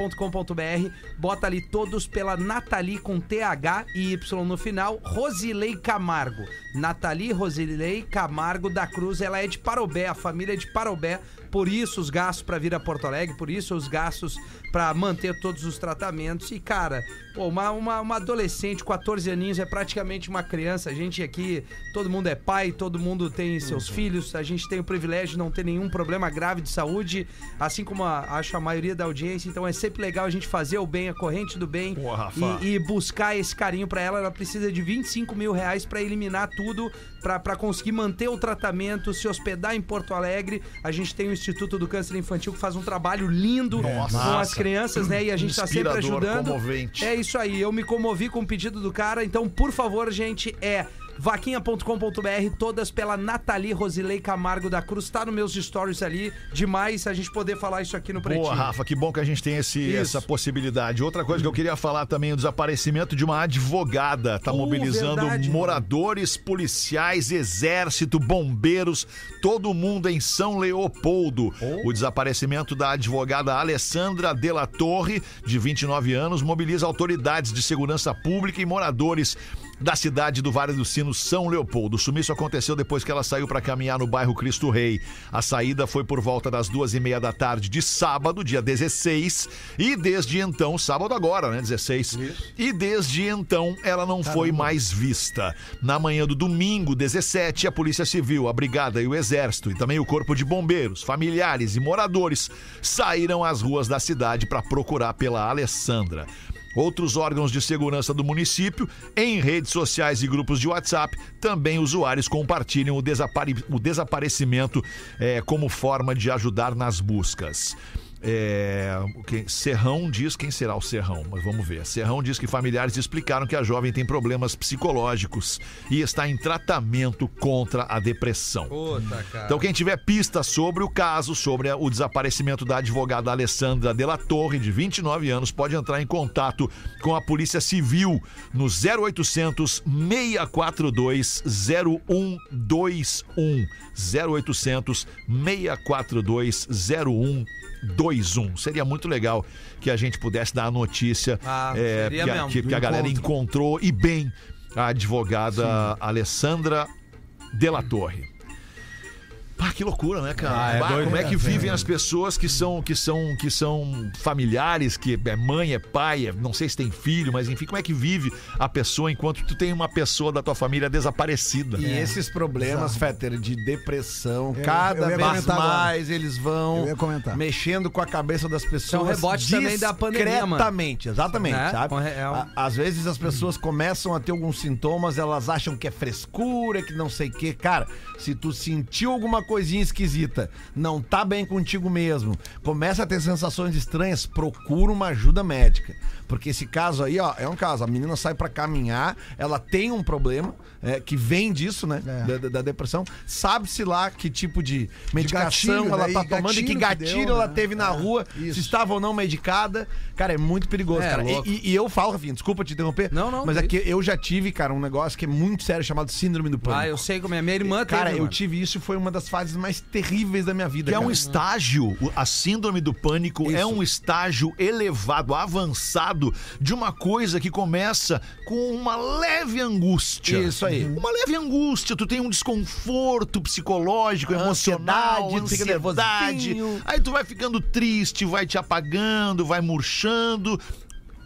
S5: vaquinha.com.br, bota ali todos pela Nathalie, com TH e Y no final, Rosilei Camargo. Nathalie Rosilei Camargo da Cruz, ela é de Parobé, a família é de Parobé, por isso os gastos pra vir a Porto Alegre, por isso os gastos pra manter todos os tratamentos. E, cara, pô, uma, uma, uma adolescente, 14 aninhos, é praticamente uma criança. A gente aqui, todo mundo é pai, todo mundo tem seus filhos, a gente tem o privilégio de não ter nenhum problema grave de saúde, assim como a- acho a maioria da audiência. Então é sempre legal a gente fazer o bem, a corrente do bem.
S4: Pô, Rafa.
S5: E, e buscar esse carinho pra ela. Ela precisa de 25 mil reais pra eliminar tudo, pra pra conseguir manter o tratamento, se hospedar em Porto Alegre. A gente tem o Instituto do Câncer Infantil que faz um trabalho lindo com as crianças, né? E a gente tá sempre
S4: É, Inspirador,
S5: ajudando.
S4: comovente.
S5: É isso aí. Eu me comovi com o pedido do cara. Então, por favor, gente, é vaquinha.com.br, todas pela Nathalie Rosilei Camargo da Cruz. Tá nos meus stories ali. Demais a gente poder falar isso aqui no Pretinho.
S4: Boa, Rafa, que bom que a gente tem esse- essa possibilidade. Outra coisa que eu queria falar também, o desaparecimento de uma advogada. Tá mobilizando
S5: Uh, verdade.
S4: moradores, policiais, exército, bombeiros, todo mundo em São Leopoldo.
S5: Oh.
S4: O desaparecimento da advogada Alessandra de la Torre, de 29 anos, mobiliza autoridades de segurança pública e moradores da cidade do Vale do Sino, São Leopoldo. O sumiço aconteceu depois que ela saiu para caminhar no bairro Cristo Rei. A saída foi por volta das duas e meia da tarde de sábado, dia 16, e desde então, sábado agora, né, 16, e desde então ela não foi mais vista. Na manhã do domingo, 17, a Polícia Civil, a Brigada e o Exército, e também o Corpo de Bombeiros, familiares e moradores saíram às ruas da cidade para procurar pela Alessandra. Outros órgãos de segurança do município, em redes sociais e grupos de WhatsApp, também usuários compartilham o, desapare- o desaparecimento eh, como forma de ajudar nas buscas. É, o que- Serrão diz quem será o Serrão, mas vamos ver. Serrão diz que familiares explicaram que a jovem tem problemas psicológicos e está em tratamento contra a depressão. Então, quem tiver pista sobre o caso, sobre o desaparecimento da advogada Alessandra Della Torre, de 29 anos, pode entrar em contato com a Polícia Civil no 0800 642 0121. 0800 642 0121. Seria muito legal que a gente pudesse dar a notícia
S5: Ah,
S4: eh, que,
S5: seria
S4: a,
S5: mesmo,
S4: que-
S5: do
S4: que a galera encontrou e bem a advogada Alessandra Della Torre. Pá, que loucura, né, cara? Bah, como é que vivem as pessoas que são que são que são familiares, que é mãe, é pai, é- não sei se tem filho, mas enfim, como é que vive a pessoa enquanto tu tem uma pessoa da tua família desaparecida? É.
S5: É.
S6: E esses problemas, Fetter, de depressão, cada
S9: eu ia
S6: vez
S9: comentar agora.
S6: mais eles vão
S9: Eu ia comentar.
S6: mexendo com a cabeça das pessoas.
S5: é um rebote também da pandemia, mano.
S6: Discretamente, exatamente,
S5: Né?
S6: sabe?
S5: Com re- é um-
S6: A- Às vezes as pessoas começam a ter alguns sintomas, elas acham que é frescura, que não sei o quê. Cara, se tu sentiu alguma coisinha esquisita, não tá bem contigo mesmo, começa a ter sensações estranhas, procura uma ajuda médica. Porque esse caso aí, ó, é um caso. A menina sai pra caminhar, ela tem um problema é, que vem disso, né? Da, da- da depressão. Sabe-se lá que tipo de medicação
S9: É. gatilho,
S6: ela
S9: né?
S6: tá
S9: E
S6: tomando e que
S9: gatilho que
S6: gatilho
S9: deu,
S6: ela
S9: né?
S6: teve na rua, se estava ou não medicada. Cara, é muito perigoso,
S5: É,
S6: cara. E-
S5: louco.
S6: E, e eu falo, Rafinha, desculpa te interromper.
S5: Não, não,
S6: Mas
S5: que
S6: é que eu já tive, cara, um negócio que é muito sério chamado síndrome do pânico.
S5: Ah, eu sei como é. Minha irmã
S6: Cara,
S5: teve,
S6: eu
S5: mano.
S6: tive isso e foi uma das fases mais terríveis da minha vida.
S4: Que é um
S6: cara.
S4: estágio, o- a síndrome do pânico é um estágio elevado, avançado de uma coisa que começa com uma leve angústia. Uhum.
S6: Isso aí.
S4: Uma leve angústia, tu tem um desconforto psicológico, emocional,
S6: Ansiedade, fica
S4: ansiedade.
S6: nervosinho.
S4: Aí tu vai ficando triste, vai te apagando, vai murchando.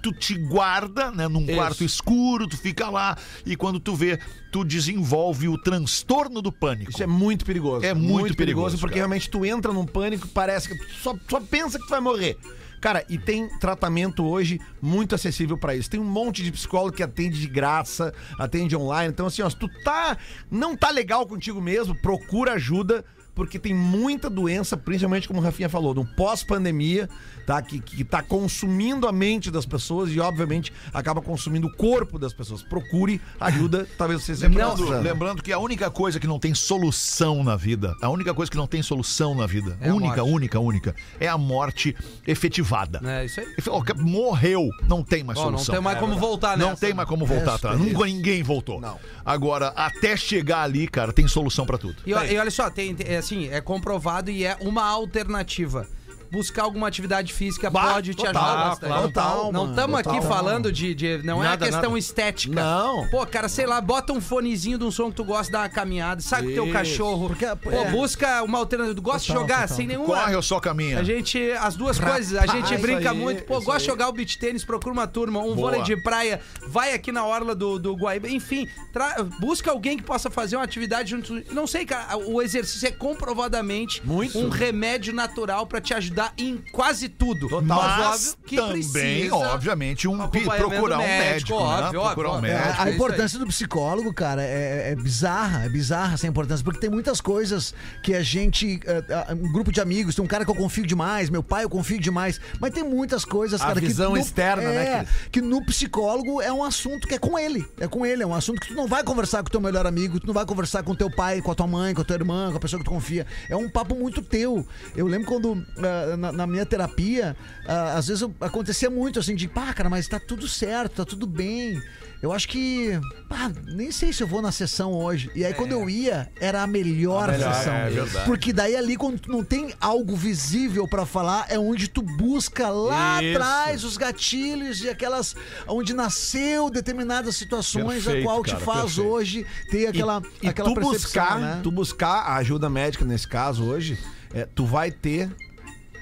S4: Tu te guarda, né, num quarto escuro, tu fica lá e quando tu vê, tu desenvolve o transtorno do pânico.
S6: Isso é muito perigoso.
S4: É muito perigoso,
S6: porque
S4: cara.
S6: realmente tu entra num pânico e parece que tu só, só pensa que tu vai morrer. Cara, e tem tratamento hoje muito acessível pra isso. Tem um monte de psicólogo que atende de graça, atende online. Então, assim, ó, se tu tá, não tá legal contigo mesmo, procura ajuda. porque tem muita doença, principalmente como o Rafinha falou, no pós-pandemia, tá? Que, que tá consumindo a mente das pessoas e, obviamente, acaba consumindo o corpo das pessoas. Procure ajuda, talvez você seja
S4: Lembrando, lembrando que a única coisa que não tem solução na vida, a única coisa que não tem solução na vida,
S5: É a
S4: única,
S5: morte.
S4: única, única, é a morte efetivada.
S5: É isso aí.
S4: Efe- ó, que- Morreu, não tem mais
S5: Ó, não
S4: solução. É
S5: tem mais como voltar
S4: Não
S5: nessa,
S4: tem
S5: né?
S4: mais como voltar atrás. Nunca ninguém voltou. Agora, até chegar ali, cara, tem solução pra tudo.
S5: E, ó- e olha só, tem, tem- é assim, é comprovado e é uma alternativa. Buscar alguma atividade física pode te ajudar bastante.
S6: claro, total,
S5: não
S6: mano,
S5: estamos aqui
S6: total.
S5: falando de, de- Não é uma
S7: Nada,
S5: questão
S7: nada.
S5: estética.
S6: Não.
S5: Pô, cara, sei lá, bota um fonezinho de um som que tu gosta, dá uma caminhada, sai com o teu cachorro. Pô,
S6: é.
S5: busca uma alternativa. Tu gosta de jogar sem nenhuma.
S4: Corre ou só caminha?
S5: A gente, as duas coisas, a gente brinca muito. Pô, gosta de jogar o beach tênis, procura uma turma, um
S4: Boa.
S5: vôlei de praia, vai aqui na orla do, do Guaíba, enfim, tra- busca alguém que possa fazer uma atividade junto. Não sei, cara, o exercício é comprovadamente um remédio natural pra te ajudar em quase tudo.
S4: Mas
S5: tá óbvio que
S4: também,
S5: precisa
S4: obviamente, um pi-
S5: acompanhamento
S4: procurar um médico,
S5: médico,
S4: né?
S5: óbvio,
S4: procurar um
S5: óbvio,
S4: médico.
S5: óbvio.
S8: A
S5: É isso
S8: importância do psicólogo, cara, é, é bizarra, é bizarra essa importância, porque tem muitas coisas que a gente, é, é, um grupo de amigos, tem um cara que eu confio demais, meu pai eu confio demais, mas tem muitas coisas,
S6: A
S8: cara,
S6: visão
S8: que no,
S6: externa, né,
S8: é,
S6: Cris?
S8: Que no psicólogo é um assunto que é com ele, é com ele, é um assunto que tu não vai conversar com teu melhor amigo, tu não vai conversar com teu pai, com a tua mãe, com a tua irmã, com a pessoa que tu confia, é um papo muito teu. Eu lembro quando ah, na, na minha terapia, ah, às vezes eu- acontecia muito assim de, pá, cara, mas tá tudo certo, tá tudo bem. Eu acho que. pá, nem sei se eu vou na sessão hoje. E aí, quando eu ia, era a melhor, sessão. Porque daí ali, quando tu não tem algo visível pra falar, é onde tu busca lá atrás os gatilhos e aquelas. onde nasceu determinadas situações,
S4: Perfeito,
S8: a qual
S4: cara,
S8: te faz
S4: perfeito.
S8: hoje ter aquela.
S6: e, e
S8: aquela
S6: tu
S8: percepção,
S6: buscar,
S8: né?
S6: tu buscar a ajuda médica nesse caso hoje, é, tu vai ter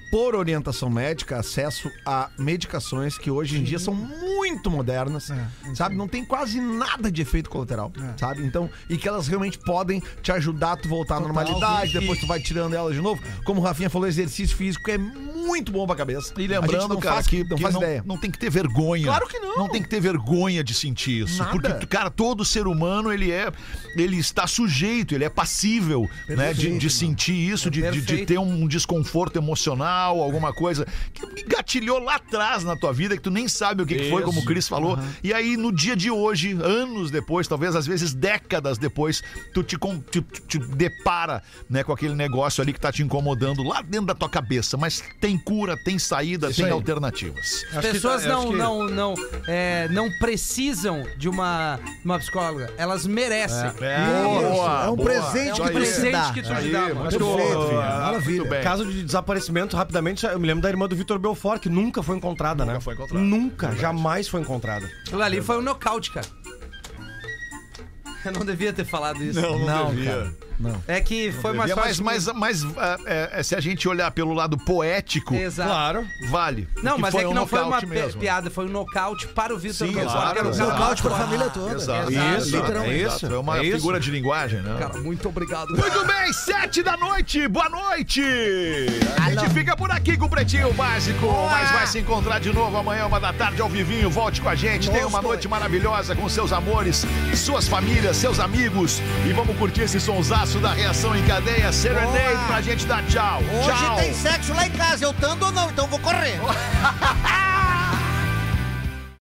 S6: por orientação médica acesso a medicações que hoje em dia são muito modernas,
S8: É,
S6: sabe? Não tem quase nada de efeito colateral, sabe? Então, e que elas realmente podem te ajudar a tu voltar à normalidade, depois tu vai tirando elas de novo.
S8: É.
S6: Como o Rafinha falou, exercício físico é muito bom pra cabeça.
S4: E
S6: A gente
S4: lembrando,
S6: não
S4: cara,
S6: faz-
S4: que, que
S6: não faz ideia.
S4: É, não tem que ter vergonha.
S6: Claro que não.
S4: Não tem que ter vergonha de sentir isso.
S6: Nada.
S4: Porque, cara, todo ser humano, ele é. Ele está sujeito, ele é passível, né? De, de sentir
S6: É
S4: isso, de, de- de
S5: Perfeito.
S4: ter um desconforto emocional, alguma coisa que gatilhou lá atrás na tua vida, que tu nem sabe o que, que foi, como o Cris falou. E aí, no dia de hoje, anos depois, talvez às vezes décadas depois, tu te, com- te- te- te depara né, com aquele negócio ali que tá te incomodando lá dentro da tua cabeça. Mas tem cura, tem saída, tem alternativas.
S5: As pessoas não, não, não, é, não precisam de uma, uma psicóloga. Elas merecem.
S4: Boa,
S8: é um
S4: boa.
S8: presente
S4: Olha
S8: que
S4: é. aí.
S8: precisa dar.
S5: que tu te dá, mano.
S7: Muito
S8: Perfeito, filho. Maravilha.
S4: Muito bem.
S7: Caso de desaparecimento, rapidamente, eu me lembro da irmã do Vitor Belfort, que nunca foi encontrada, né? Nunca
S4: foi encontrada.
S7: Nunca, jamais foi encontrada.
S5: Aquilo ali foi um nocaute, cara. Eu não devia ter falado isso.
S6: Não, cara.
S5: É que foi uma
S4: Mas,
S5: sorte.
S4: mas,
S5: que-
S4: mas, mas, ah, é, é, se a gente olhar pelo lado poético,
S5: Exato.
S4: vale.
S5: Não,
S4: Porque
S5: mas é que
S4: um
S5: não foi uma
S4: nocaute
S5: pe- piada, foi um nocaute para o Vitor
S4: Sim,
S5: Belfort, que era
S4: exato, Ah.
S5: um o cara
S4: exato.
S5: mais
S8: Nocaute pra família toda.
S4: Exato.
S7: Isso,
S4: Exato,
S7: é isso,
S4: exato. É uma
S7: é isso.
S4: figura de linguagem, né?
S10: Cara, muito obrigado.
S4: Muito bem, sete da noite, boa noite! A gente fica por aqui com o Pretinho Básico, mas vai se encontrar de novo amanhã, uma da tarde, ao vivinho. Volte com a gente, tenha uma noite maravilhosa com seus amores, suas famílias, seus amigos. E vamos curtir esse sonsaço da reação em cadeia, Serenade, pra gente dar tchau.
S11: Hoje
S4: tchau!
S11: tem sexo lá em casa, eu tando ou não, então vou correr.